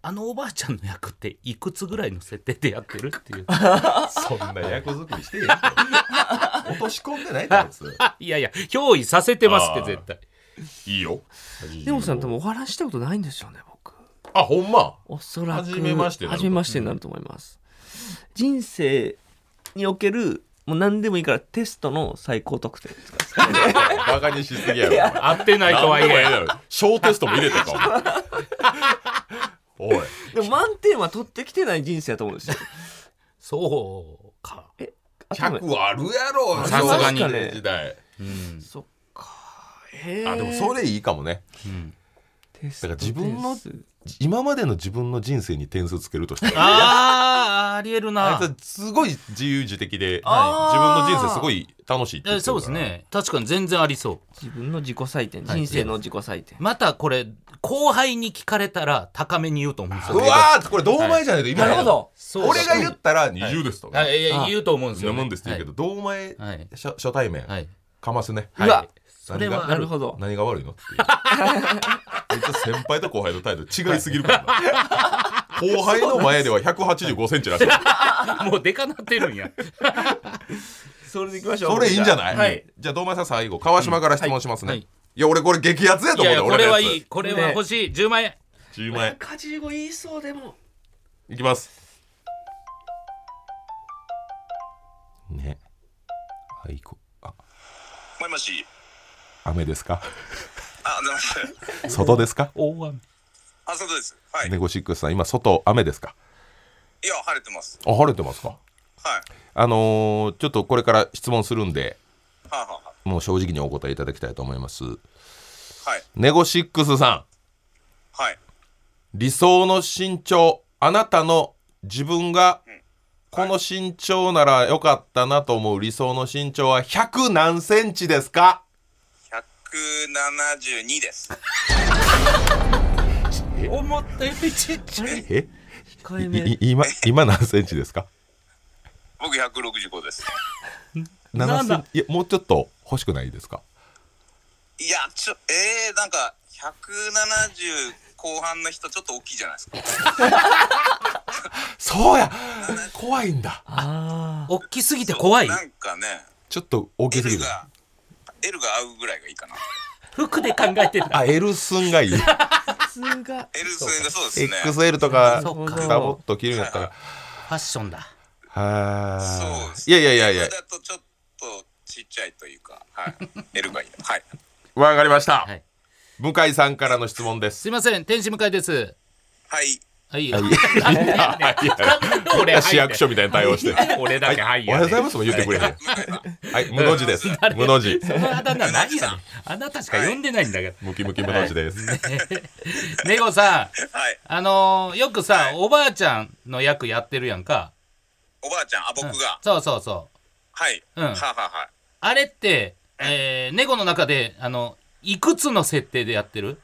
あのおばあちゃんの役っていくつぐらいの設定でやってるっていう
そんな役作りしてえよ落とし込んでないってやつ
あ いやいや憑依させてますって
あー
絶対
いいよ
でもさんともお話ししたことないんですよね、僕。
あほんま
おそらく。
初めましてになると
初めましてになると思います。人生における、もう何でもいいからテストの最高得点ですか
バカにしすぎやろ
合ってないとはい
何でもえ
え
えだろ小テストも入れてかお前おい
でも満点は取ってきてない人生だと思うんですよ。
そうか、
100はあるやろ
さすがに
小学生時代
うん
そっか。えー、
あでもそれいいかもね
うん、
テス
だ
ト
から自分の
点数
今までの自分の人生に点数つけるとしたら
あーありえるな
あいつすごい自由自適で、
あー
自分の人生すごい楽しいって言
え
ってる
そ
か
う
ら
ですね確かに全然ありそう
自分の自己採点、
はい
人生の自己採点。
またこれ後輩に聞かれたら高めに言うと思うんです
う
よ
わーこれ同前じゃないと意味ない、
なるほど
そうそう
俺が言ったら20ですとか、
あいやいや
あ
言うと思うん
そ
です
んな
よ、ね、
もんですって言うけど、同前、
はいはい
初初対面、
はい
かますね、
うわ
それは
何が
なるほど。
何が悪いのって いうこいつ先輩と後輩の態度違いすぎるから な後輩の前では185センチらしい
もうでかなってるんや
それでいきま し
それいいんじゃない、
はい。
じゃあ堂前さん最後川島から質問しますね、
はいい
や俺これ激アツや
い
と思
や
う
い
で
やこ
俺の
れ
や
は
つ
いいこれは欲しい10万円
10万円
185言いそうでも
いきますねはいこあ
もしもし。
雨ですか
あ、なるほど。
外ですか、
大雨
あ、そうです。はい。い
ネゴシックスさん今外雨ですか
や、晴れてます。
あ晴れてますか
はい。
あのーちょっとこれから質問するんで
はいは
もう正直にお答えいただきたいと思います
いはい。
ネゴシックスさ
はい。はい。
ん理想の身長あなたの自分が
んはい
この身長なら良かったなと思う理想の身長は100何センチですか
172です。
思ったよりちっちゃい
え
控
い
えめ
い今今何センチですか
僕165です。
7セン
7
チいやもうちょっと欲しくないですか
いや、ちょ、えー、なんか、170後半の人、ちょっと大きいじゃないですか。
そうや怖いんだ
あ
大きすぎて怖い
なんかね、
ちょっと大きすぎ
L
る
が、L が合うぐらいがいいかな。
服で考えてる
あ L 寸がいい
あ普通が
L 数がそうですね。
XL とか
そうか
ダボっと切るんやったら
ファッションだ
は
そうです
いやいやいやいや
それだとちょっとちっちゃいというか、はい。L がいい。はい。
わかりました、
はい
向井さんからの質問です
すいません天使向井です
はい。
はい
はい
俺
市役所みたいな対応して
俺だけはい
おはようございますも言ってくれへんはい無の字です無の字
そのあだ名何 やねんあなたしか呼んでないんだけど
ムキムキ無の字です、
ネゴさん
はい。
あのーよくさ
はい
おばあちゃんの役やってるやんか
おばあちゃん、あ、僕が。
そうそうそう
はい。
うん
はあはあはあ
あれってえーネゴの中であのいくつの設定でやってる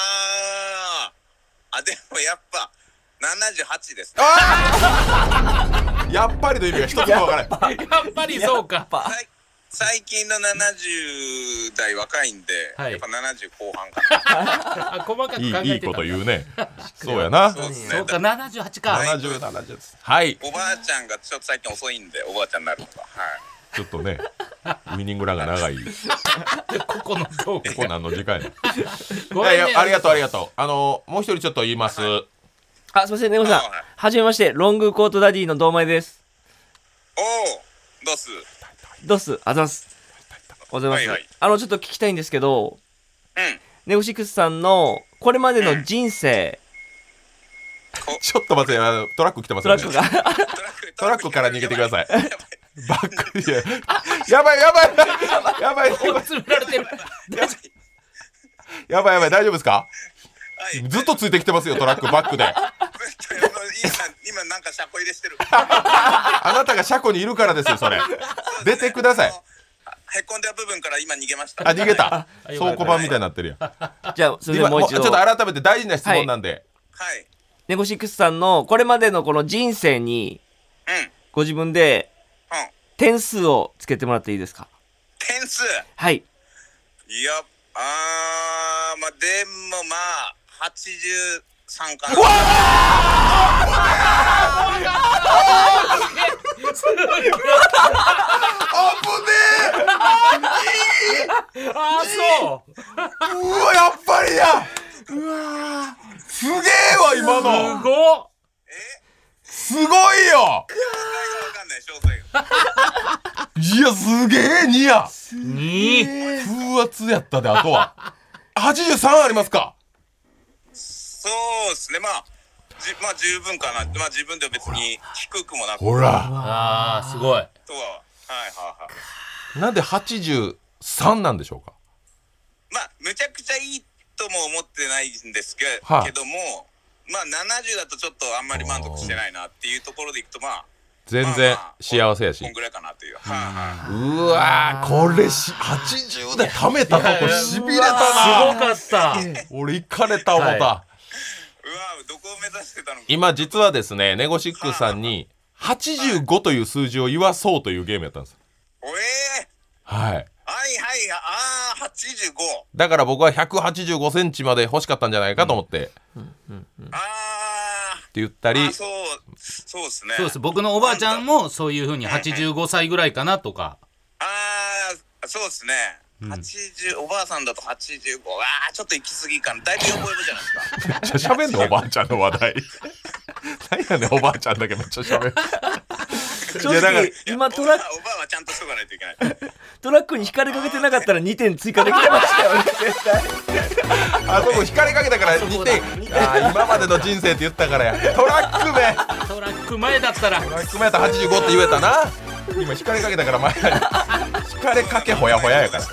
あーあ、でもやっぱ、78ですね。
やっぱりの意味が一つもわからない
やっぱりそうか
最最近の70代若いんで、
はい
やっぱ70後半かな。
あ細かく考
い
えてたん
いいい
だ
こと言うねそうやな
そうです
そ
ね
う。か78か、
はい
70 70ですはい
おばあちゃんがちょっと最近遅いんで、おばあちゃんになるのが。はい。
ちょっと ねウィニングランが長い
ここのトー
ここ何の時間やねん
ク
いやいやありがとうあり
が
がとうあのもう一人ちょっと言います、
あすいませんネゴさん
あはい
はじめましてロングコートダディの堂前です
おおどうす
どうすあざっすおはようござい
は
ま
いは
す
い
あのちょっと聞きたいんですけど
うん。
ネゴシックスさんのこれまでの人生
ちょっと待ってあのトラック来てます
ト
よ
ラ
ね
ックが
トラック
トラックから逃げてくださ
や
い
ばい
バックいややばいやばいやばいやばい
う詰めら れてる
やばい
やばいやばい大丈夫ですか
はい
ずっとついてきてますよトラックバックで
今今なんか車庫入れしてる。
あなたが車庫にいるからですよそれ出てください
あへこんだ部分から今逃げました。
あ逃げた
よか
倉
った
庫版みたいになってるやん
じゃあす
今
いませんも
も
う
う
一
ちょっ
度
と改めて大事な質問なんで、
はい。
ネゴシックスさんのこれまでのこの人生に
うん。うん。
ご自分で点数をつけてもらっていいですか
点数。
はい
いや、あー、まあ、でもまあ、83かな。わ
あそう
うわやっぱりやうわすげえわ今
すごっ
すごいよ
かんない、詳細が。
いやすげえにや
に
風圧やったであとは83ありますか
そうですね、まあ、じまあ、十分かな。まあ、自分では別に低くもなく
ほら
あーすごい
とは。はいはいはい。
なんで83なんでしょうか
まあ、むちゃくちゃいいとも思ってないんですけ,、
はい
けども、まあ、70だとちょっとあんまり満足してないなっていうところでいくと、まあ、
全然幸せやし
こんぐらいかなという。はいはい。
うわーこれし80で貯めたとこしびれたな
すごかった
俺いかれた思った、
は
うわどこを目指してたのか
今実はですねネゴシックスさんに85という数字を言わそうというゲームやったんです
おえー、
はい
はいはいああ85
だから僕は185センチまで欲しかったんじゃないかと思って、って
あー
言ったり
あそうそうですね
そうです僕のおばあちゃんもそういうふうに85歳ぐらいかなとか
ああそうですね80おばあさんだと85わあちょっと行き過ぎ感だいぶよぼよぼじゃないです か
めっちゃ喋んのおばあちゃんの話題何やねんおばあちゃんだけめっちゃ喋る
正
いやだから
直
い
いや
今トラ
おばあおばあはちゃんとしとかないといけないあ
トラックに引かれかけてなかったら2点追加できて ましたよね絶対
あそこ光かけたから2点あー今までの人生って言ったからやトラック名
トラック前だったら
トラック名やったら85って言えたな今光かけたから前に光かけほやほややから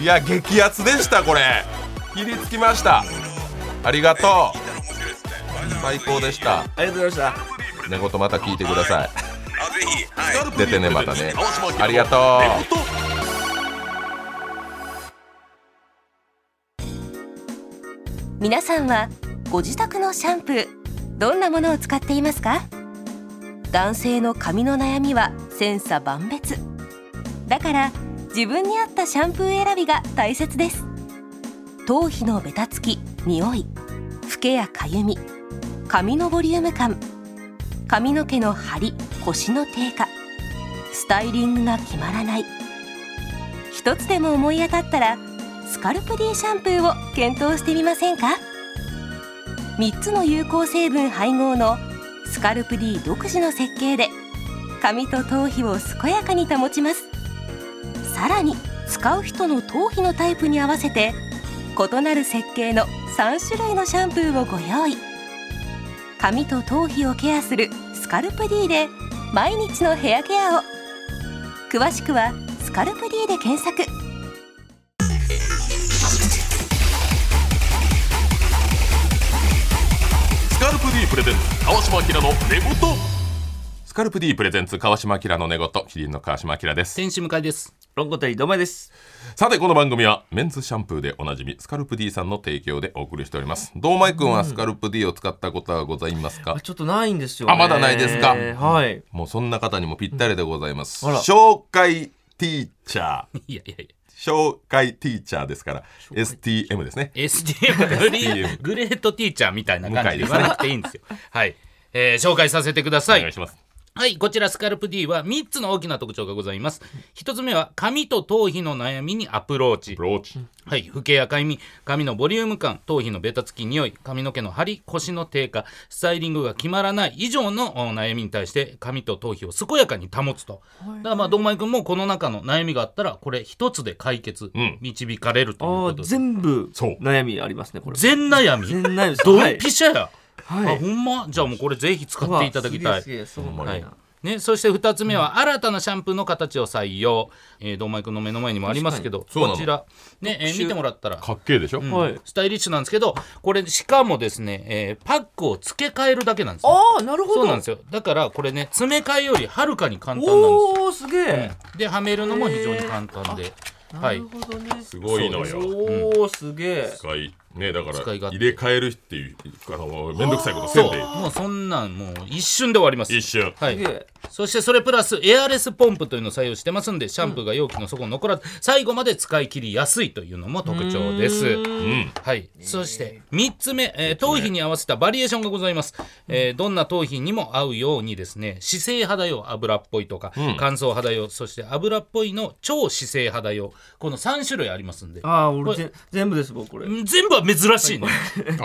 いや激アツでしたこれひりつきましたありがと
聞いたら面白いですね
う最高でした
ありがとうございまし
寝言また聞いてくださ
あ
い
ぜひはい
出てねまたねありがとう
皆さんはご自宅のシャンプーどんなものを使っていますか男性の髪の悩みは千差万別だから自分に合ったシャンプー選びが大切です頭皮のベタつき、匂い、フけやかゆみ、髪のボリューム感髪の毛の張り、腰の低下スタイリングが決まらない一つでも思い当たったらスカルプ D シャンプーを検討してみませんか3つの有効成分配合のスカルプ D 独自の設計で髪と頭皮を健やかに保ちますさらに使う人の頭皮のタイプに合わせて異なる設計の3種類のシャンプーをご用意髪と頭皮をケアするスカルプ D で毎日のヘアケアを詳しくは「スカルプ D」で検索
スカルプ D プレゼンツ川島明の寝言スカルプ D プレゼンツ川島明の寝言キリンの川島明です
天使向かいです
たロンコテリどうもです
さてこの番組はメンズシャンプーでおなじみスカルプ D さんの提供でお送りしております堂前くんはスカルプ D を使ったことはございますか、
あちょっとないんですよね
あまだないですか
はい
もうそんな方にもぴったりでございます、
うんあら
紹介ティーチャー
いやいやい
紹介ティーチャーですから STM ですね
や STM グリー
STM
ングレートティーチャーみたいな感じで言わなくていいんですよはい、えー紹介させてくださ
お
い
願いします
はい、こちらスカルプ D は3つの大きな特徴がございます。1つ目は髪と頭皮の悩みにアプローチ
ブ。ローチ
はい、不景やかゆみ、髪のボリューム感、頭皮のベタつき、匂い、髪の毛の張り、腰の低下、スタイリングが決まらない以上のお悩みに対して髪と頭皮を健やかに保つと。だからまあ、ドンマイ君もこの中の悩みがあったら、これ一つで解決、
うん
導かれるという
あ
こ
ー
とです。
全部
そう
悩みありますねこれ
全悩み
全悩みです
ド
は
ン
い
ピシャや、
は
あ、ほんまじゃあもうこれぜひ使っていただきたい。
いそうなんや
はいね、そして2つ目は新たなシャンプーの形を採用、えー、堂前君の目の前にもありますけど
そうなの
こちら、ねえー
特集
見てもらったら、
かっけえでしょ、
うん
はい
スタイリッシュなんですけどこれしかもですね、えーパックを付け替えるだけなんですよ
ああなるほど
そうなんです
よ
よだからこれね詰め替えよりはるかに簡単なんです
おおすげえ
ではめるのも非常に簡単で、
な
は
る
い、
ほどね
すごいのよ
おおすげえ
使いねだから
使い勝
入
手
れ替えるっていうあのめんどくさいことせ
そ
ん
う
でいい
もうそんなんもう一瞬で終わります
一瞬
は
す
い
げ、え
そしてそれプラスエアレスポンプというのを採用してますんでシャンプーが容器の底に残らず最後まで使い切りやすいというのも特徴です。
うん
はい、そして3つ目、えー頭皮に合わせたバリエーションがございます、えーどんな頭皮にも合うようにですね姿勢肌用油っぽいとか、乾燥肌用そして油っぽいの超姿勢肌用この3種類ありますんで
ああ俺ぜ全部です僕これ
うん全部は珍しいね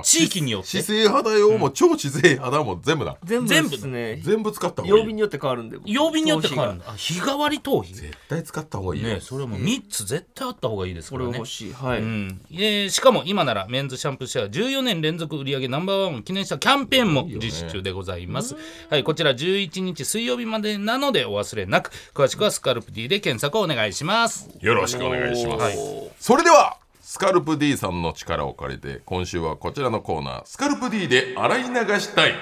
地域によって
姿勢肌用も超姿勢肌も全部だ
全部
全部
ですね
全部使った方がい
曜
い
日によって変わるんで僕
曜日によって変わるんだあ日替わり頭皮
絶対使った方がいいよ
ねそれも3つ絶対あった方がいいですか
これ
らね、
欲しいはいう
んえーしかも今ならメンズシャンプーシェア14年連続売り上げナンバーワンを記念したキャンペーンも実施中でございますはい、こちら11日水曜日までなのでお忘れなく詳しくはスカルプ D で検索をお願いします
よろしくお願いします、
はい
それではスカルプ D さんの力を借りて今週はこちらのコーナー「スカルプ D で洗い流したい」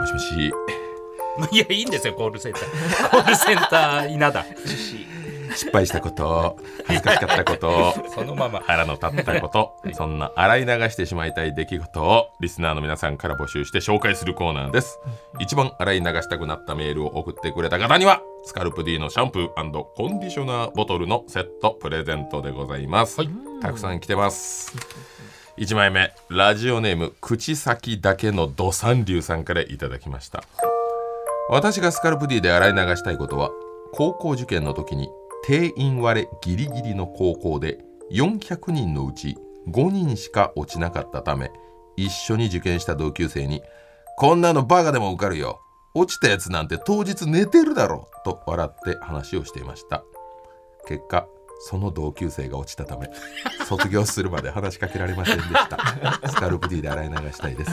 もしもし
いやいいんですよコールセンター コールセンター稲田
失敗したこと恥ずかしかったこと
そのまま
腹の立ったことそんな洗い流してしまいたい出来事をリスナーの皆さんから募集して紹介するコーナーです一番洗い流したくなったメールを送ってくれた方にはスカルプ D のシャンプーコンディショナーボトルのセットプレゼントでございます、
はい
たくさん来てます1枚目ラジオネーム口先だけのド三流さんからいただきました私がスカルプ D で洗い流したいことは高校受験の時に定員割れギリギリの高校で400人のうち5人しか落ちなかったため一緒に受験した同級生に「こんなのバカでも受かるよ落ちたやつなんて当日寝てるだろ」と笑って話をしていました結果その同級生が落ちたため 卒業するまで話しかけられませんでしたスカルプ D で洗い流したいで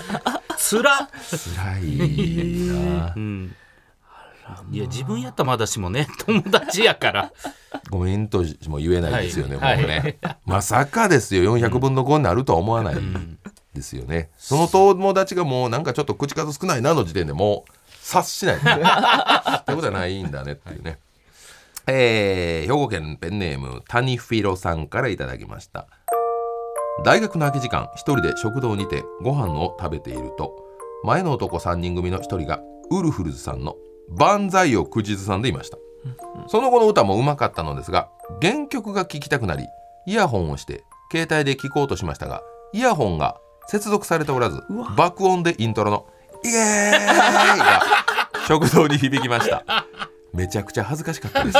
す
つら
辛いな
うんいや自分やったらまだしもね 友達やから
ごめんとも言えないですよね、
はい
もうね、まさかですよ400分の5になるとは思わないですよね、その友達がもうなんかちょっと口数少ないなの時点でもう察し ないってことはないんだねっていうね、えー兵庫県ペンネーム谷フィロさんからいただきました大学の空き時間一人で食堂にてご飯を食べていると前の男3人組の一人がウルフルズさんの「万歳」を口ずさんでいましたその後の歌もうまかったのですが原曲が聴きたくなりイヤホンをして携帯で聴こうとしましたがイヤホンが接続されておらず爆音でイントロの「イエーイ!」が食堂に響きましためちゃくちゃ恥ずかしかったです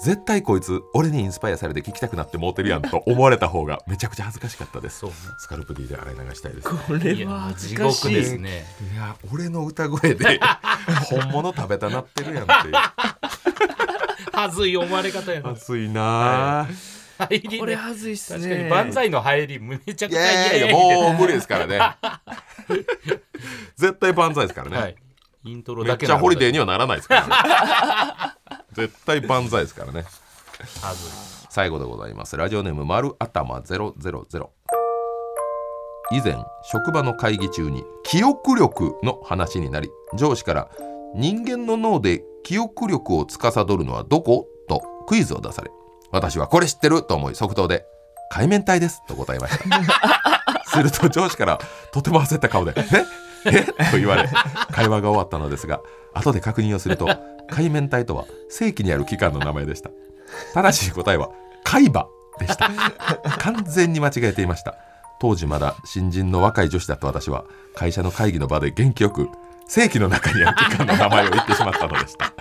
絶対こいつ俺にインスパイアされて聴きたくなってモテるやんと思われた方がめちゃくちゃ恥ずかしかったです
そうね
スカルプ D で洗い流したいです
こ
い
れ
や
は恥
地
ずか
獄
し
で
い
すね
いや俺の歌声で本物食べたなってるやんって いう
はずい思われ方やな
熱いなあ
入りね
これ恥ずいっす
確かに
ね
万歳の入りめちゃく
い
ち
や
ゃ
いやいやもう無理ですから ね絶対万歳ですからね、
はいイントロ
め
だ
っ
け
ちゃホリデー
ー
にはならないですからね絶対万歳ですからね
はずい
最後でございますラジオネーム丸頭000以前職場の会議中に記憶力の話になり上司から「人間の脳で記憶力を司るのはどこ?」とクイズを出され私はこれ知ってると思い即答で「海綿体です」と答えました すると上司からとても焦った顔で「え えと言われ会話が終わったのですが後で確認をすると海綿体とは正規にある機関の名前でした正しい答えは海馬でした完全に間違えていました当時まだ新人の若い女子だった私は会社の会議の場で元気よく正規の中にある機関の名前を言ってしまったのでした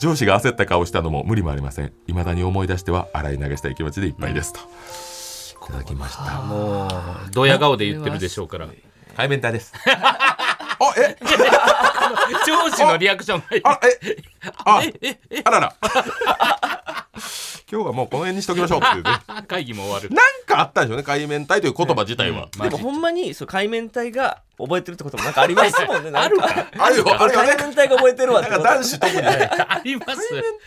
上司が焦った顔をしたのも無理もありません未だに思い出しては洗い流したい気持ちでいっぱいですと、いただきました
もうドヤ顔で言ってるでしょうから
海面体ですあえ
上司のリアクションない
あえああらら今日はもうこの辺にしときましょうっていうね
会議も終わる
なんかあったんでしょうね海面体という言葉自体は、
うん
でもほんまにそう海綿体が覚えてるってこともなんかありますもんねなんか
あるよあるよね
海綿体が覚えてるわってこ
なん
と
か男子特にね
あります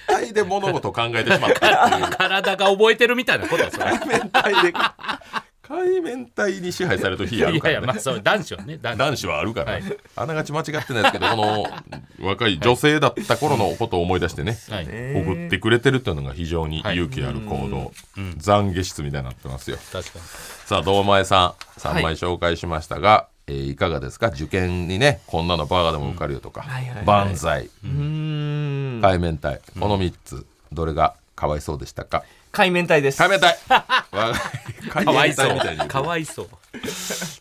体で物事を考えてしまった っていう
体が覚えてるみたいなことですよ
海面体で海面体に支配される日あ
い
るか
やいや
ら
ま
ね
あそう男子はね男子
男子はあるから、
はい
あながち間違ってないですけどこの若い女性だった頃のことを思い出してね、
はい
送ってくれてるっていうのが非常に勇気ある行動、懺悔室みたいになってますよ
確かに
さあ堂前さん3
はい
枚紹介しましたが、いえーいかがですか受験にねこんなのバカでも受かるよとか
はいはいはい
万歳
うーん
海面体この3つどれがかわいそうでしたか
海綿体です
海 面体海
かわい
面
そ
体みたいに言
う
う
かわいそう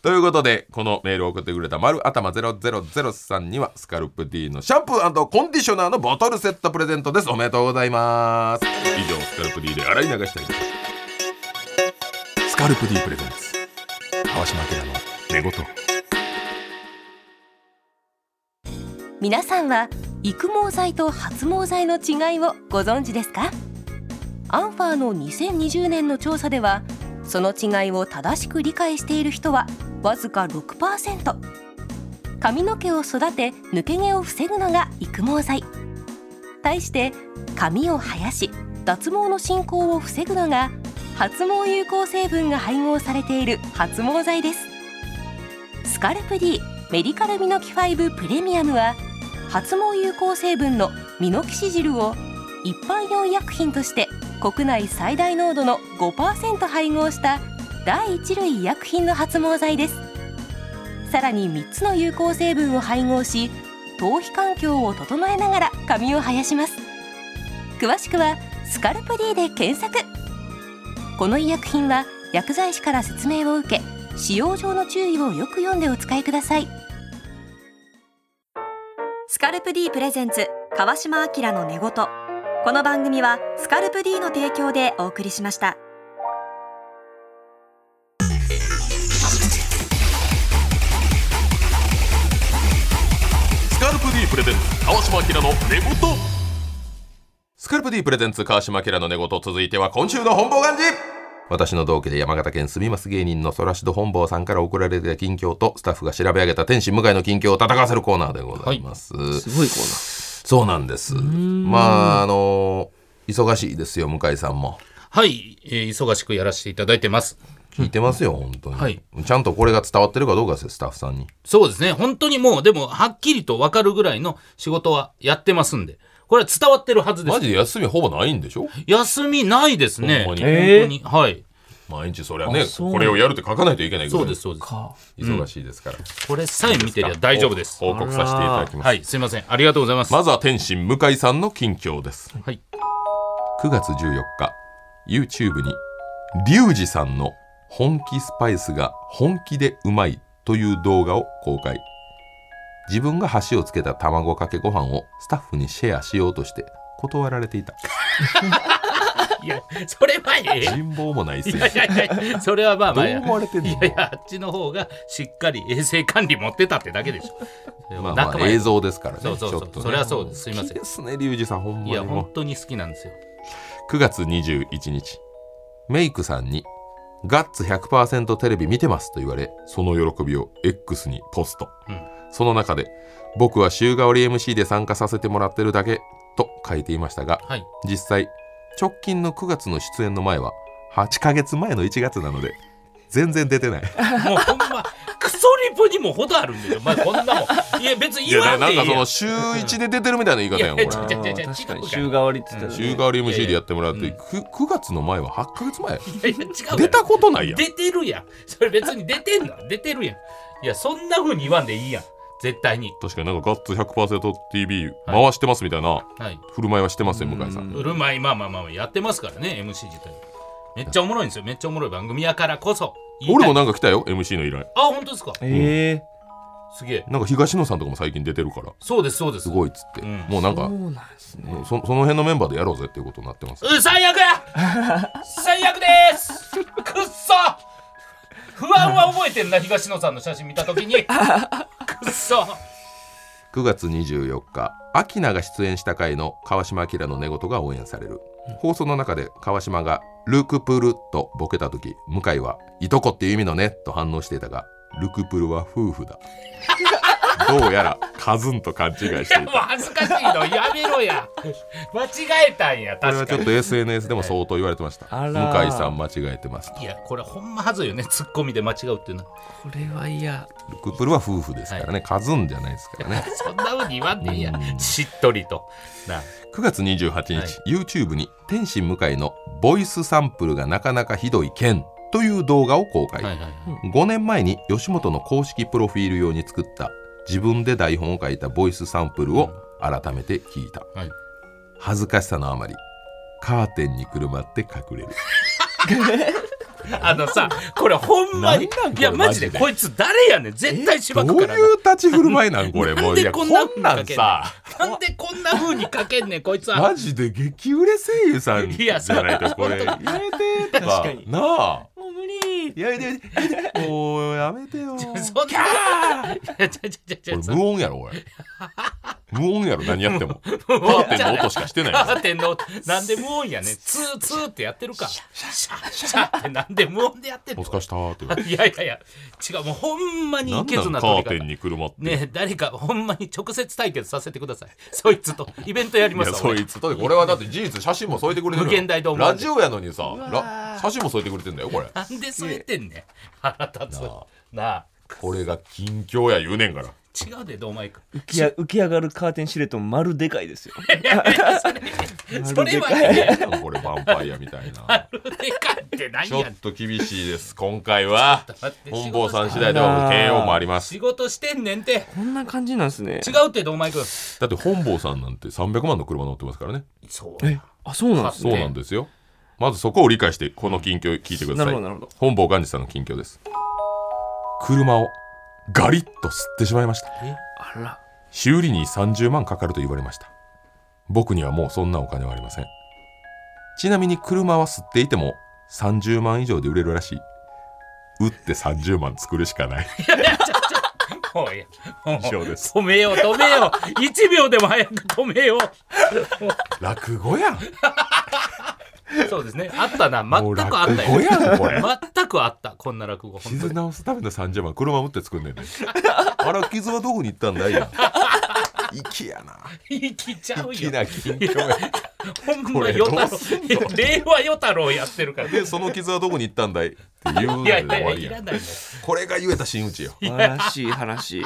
ということでこのメールを送ってくれた丸頭000さんにはスカルプ D のシャンプーコンディショナーのボトルセットプレゼントですおめでとうございます以上スカルプ D で洗い流したいとスカルプ D プレゼンツ川島明の寝言
皆さんは育毛剤と発毛剤の違いをご存知ですかアンファーの2020年の調査ではその違いを正しく理解している人はわずか6%髪の毛を育て抜け毛を防ぐのが育毛剤対して髪を生やし脱毛の進行を防ぐのが発毛有効成分が配合されている発毛剤ですスカルプ D メディカルミノキ5プレミアムは発毛有効成分のミノキシジルを一般用医薬品として国内最大濃度の5%配合した第一類医薬品の発毛剤ですさらに3つの有効成分を配合し頭皮環境を整えながら髪を生やします詳しくは「スカルプ D」で検索この医薬品は薬剤師から説明を受け使用上の注意をよく読んでお使いください
スカルプ D プレゼンツ川島明の寝言
この番組はスカルプ D の提供でお送りしました
スカルプ D プレゼンツ川島明の寝言スカルプ D プレゼンツ川島明の寝言続いては今週の本望願寺私の同期で山形県住みます芸人のソラシド本坊さんから送られてきた近況とスタッフが調べ上げた天使向井の近況を戦わせるコーナーでございます、
すごいコー
そうなんですまああの忙しいですよ向井さんも
はい、えー忙しくやらせていただいてます
聞いてますよ本当に、
はい
ちゃんとこれが伝わってるかどうかですよスタッフさんに
そうですね本当にもうでもはっきりと分かるぐらいの仕事はやってますんでこれは伝わってるはずで
マ
す
ジで休みほぼないんでしょ
休みないですね
ほんまに
本当にはい
毎日そりゃね
あそう
これをやるって書かないといけないけど
そうですそうです
ナーか
忙しいですから、
これさえ見てりゃ大丈夫です
報告させていただきます、
はいすいませんありがとうございます
まずは天心向井さんの近況です
はい
9月14日 YouTube にリュウジさんの「本気スパイスが本気でうまい」という動画を公開自分が箸をつけた卵かけご飯をスタッフにシェアしようとして断られていた
いやそれはええ
人望もないせい
い
で
やいやいやそれはまあ
どう
まあいや
思われてんの
いやいやあっちの方がしっかり衛生管理持ってたってだけでしょ
まあまあ
仲間や
映像ですからね
そうそうそう
ちょっとね
それはそうですすいません
好きですねリュウジさんほんま
い
に
や
もう
本当に好きなんですよ
9月21日メイクさんに「ガッツ100%テレビ見てます」と言われその喜びを X にポスト、
うん
その中で「僕は週替わり MC で参加させてもらってるだけ」と書いていましたが
はい
実際直近の9月の出演の前は8ヶ月前の1月なので全然出てない
もうほんまクソリプにもほどあるんでよまあこんなもんいや別に言わん
なん
でいいや
か
ん
その週1で出てるみたいな言い方やんこ
いやいや
れ
違う違う違う
あー確かに週替わりって言ってた
週
ね
替わり MC でやってもらっ
いや
て
いや
9, 9月の前は8ヶ月前
いやいや違うから
出たことないやん
出てるやんそれ別に出てんの出てるやんいやそんなふうに言わんでいいやん絶対に
確かになんかガッツ 100%TV 回してますみたいな、
はい
振る舞いはしてますよ向井さん
うるまいまあまあまあまあやってますからね MC 自体めっちゃおもろいんですよめっちゃおもろい番組やからこそ言いた
俺
い
もなんか来たよ MC の依頼
あ本当ですか
ええ
すげえ
なんか東野さんとかも最近出てるから
そうですそうです
すごいっつって、
うん
もうなん
そ
か
うなんですね
そその辺のメンバーでやろうぜっていうことになってます
うん最 悪や最悪でーすくっそ不安は覚えてんな東野さんの写真見たと きにくっそ
9月24日アキナが出演した回の川島明の寝言が応援される、放送の中で川島が「ルクプル」とボケた時向井は「いとこっていう意味のね」と反応していたがルクプルは夫婦だどうやらカズンと勘違いしてい
いや
た
もう恥ずかしいのやめろや間違えたんや
これは
確
ち
か
ょっ
に
と SNS でも相当言われてました
あら
向井さん間違えてます
いやこれほんまはずいよねツッコミで間違うっていうのは
これは嫌
ルクプルは夫婦ですからね、カズンじゃないですからね
そんなふうに言わんでいいやしっとりとな
9月28日、
はい
YouTube に天心向井のボイスサンプルがなかなかひどい件という動画を公開、
はいはいはい
5年前に吉本の公式プロフィール用に作った自分で台本を書いたボイスサンプルを改めて聞いた、
はい
恥ずかしさのあまりカーテンにくるまって隠 れる
あのさ、これほんまに
なんなんこれ、
いやマジ
マジで
でこいつ誰やねん、絶対しば
ど
く
うい
からな。
う立ち振る舞いなんこれ
な
も
ん
うい
で
や
こ
こ
んな風
ん
に
な
か
ん
けん
さ
ねん なんでこんな風にかけんねん、こいつは。
マジで激売れ声優さん
い
じ
や
ゃないとこれや
本
めてとか
確かに
なあ
もう無理
いやめてもうやめてよ
そ
こ
んな。いや、ちゃちゃち
れ
ゃちゃ。
無音やろ 俺無音やろ何やってもカーテンの音しかしてないよ
カーテンのなんで無音やねん。ツーツーってやってるか。シャシャシャってなんで無音でやってん
お
の
疲れしたーって言われて
いやいやいや、違う、もうほんまにい
何
け
な
ず
ん
な
カ
取
ー
り
テン
方。
にくるまって
ねえ誰かほんまに直接対決させてください。そいつとイベントやり
い
ま
や
す
そ
わ。
いつだってこれはだって事実写真も添えてくれてる
無限大ドー
よ
ムな
ラ
んで
ジオやのにさら写真も添えてくれてんだよこれ
俺なんでそう言ってんねん。腹立つ
なあ。
なあ。
これが近況や言うねんから
違うでどうマイク
浮きや浮き上がるカーテンシルエットも丸でかいですよ
それ はね
なんかこれヴァンパイアみたいな
でかいって何
ちょ
や
っと厳しいです今回は
と待って
本坊さん次第では慶応もあります
仕事してんねんて
こんな感じなんですね
違うってどうマイク
だって本坊さんなんて300万の車乗ってますからね
そう
えあそうなんです
そう
ね
なんですよ、まずそこを理解してこの近況聞いてくださ
なる
い
ほどなるほど
本坊幹事さんの近況です車をガリッと吸ってしまいました
あら
修理に30万かかると言われました僕にはもうそんなお金はありませんちなみに車は吸っていても30万以上で売れるらしい売って30万作るしかない
もういいもう
以上です
止めよう止めよう1秒でも早く止めよう
落語やん
そうですねあったな全くあった
もう落語やんこれ
全くあったこんな落語本当
傷
に
直すための30万車売って作んねんねあら傷はどこに行ったんだいや息やな
生きちゃう
息
よ
な近況 や
ほん
こ
ま
れ
与
どう
太
すん
郎令和与太郎やってるからい
でその傷はどこに行ったんだいって言うので
や
終
いやい
わ
や
り
い
や
ら
ん
ないよ
これが言えた真打ちよ
素晴らしい話。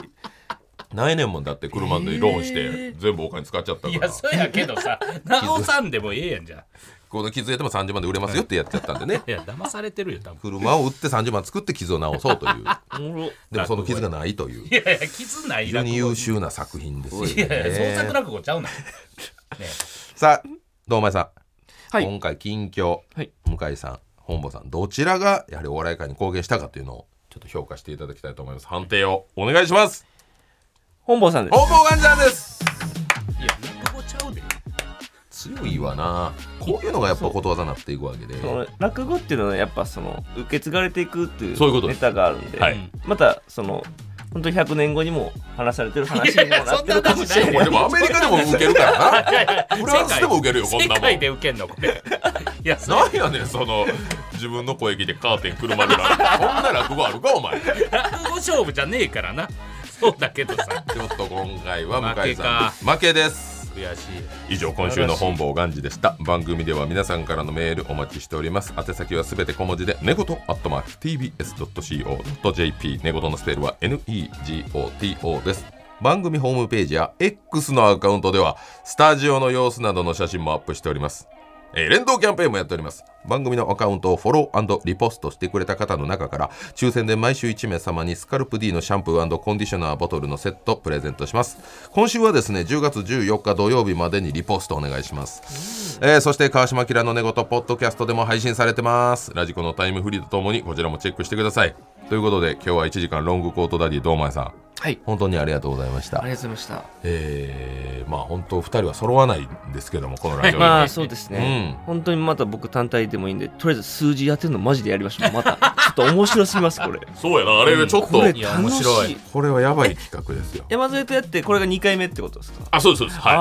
ないねんもんだって車でローンして全部お金使っちゃった
い
から
やそうやけどさ直さんでもええやんじゃん
この傷やっても30万で売れますよってやっちゃったんでね
いや騙されてるよ多分
車を売って30万作って傷を直そうというでもその傷がないという
いやいや傷ない
非
落
常
語
に優秀な作品ですよ
いやいや創
ね
作落語ちゃうな
さあ堂前さん、
はい
今回近況、
はい
向井さん本坊さんどちらがやはりお笑い界に貢献したかというのをちょっと評価していただきたいと思います判定をお願いします
本坊さんです。
本坊がんちゃんです
いや落語ちゃうで
強いわなこういうのがやっぱことわざになっていくわけで
その落語っていうのはやっぱその受け継がれていくっていう
そういうことで
ネ
す
タがあるんで
はい
またその本当に100年後にも話されてる話
いや
に
い
も
や
な
そ
っ
ん
て
な
るかも
話
しれ
な
ないい
よ
俺もアメリカでも受けるからなフ
フ
ランスでも受けるよこんなもん
世界で受けんのこれいやそう
なんやねんその自分の声聞いてカーテン車でなこんな落語あるかお前ち
落語勝負じゃねえからなそうだけどさ
ょっと今回は向井さん
負
負けです
悔しい
以上今週の本坊がんじでした番組では皆さんからのメールお待ちしております宛先はすべて小文字で寝言アットマーク tbs.co.jp 寝言のスペルは negoto です番組ホームページや X のアカウントではスタジオの様子などの写真もアップしておりますえー連動キャンペーンもやっております番組のアカウントをフォローリポストしてくれた方の中から抽選で毎週1名様にスカルプ D のシャンプーコンディショナーボトルのセットプレゼントします今週はですね10月14日土曜日までにリポストお願いします、えーそして川島明の寝言ポッドキャストでも配信されてますラジコのタイムフリーとともにこちらもチェックしてくださいということで今日は1時間ロングコートダディ堂前さん
はい
本当にありがとうございました
ありがとうございました
えーまあ本当2人は揃わないんですけどもこのラジオに
まあそうですね、
うん
本当にまた僕単体でもいいんでとりあえず数字やってるのマジでやりましょうまたちょっと面白すぎますこれ
そうやなあれちょっと、
これ楽しい
いや面白い
これはやばい企画ですよ
山添とやってこれが2回目ってことですか、
あそうですそうですは
あ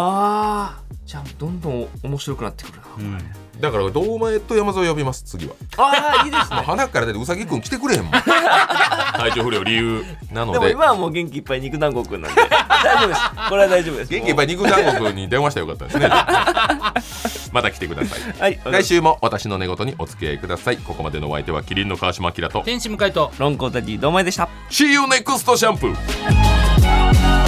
あじゃあどんどん面白くなってくるな、
いだから堂前と山添呼びます次は
ああいいです
もう
ね
鼻から出てうさぎくん来てくれへんもん 体調不良理由なの
で
で
も今はもう元気いっぱい肉団子くんなんで大丈夫ですこれは大丈夫です
元気いっぱい
い
肉団子に電話したらよかった ですねまた来てください
はい
来週も私の寝言にお付き合いくださいここまでのお相手はキリンの川島明と
天使向かいと
ロンコータディどうもありでした
See you next シャンプー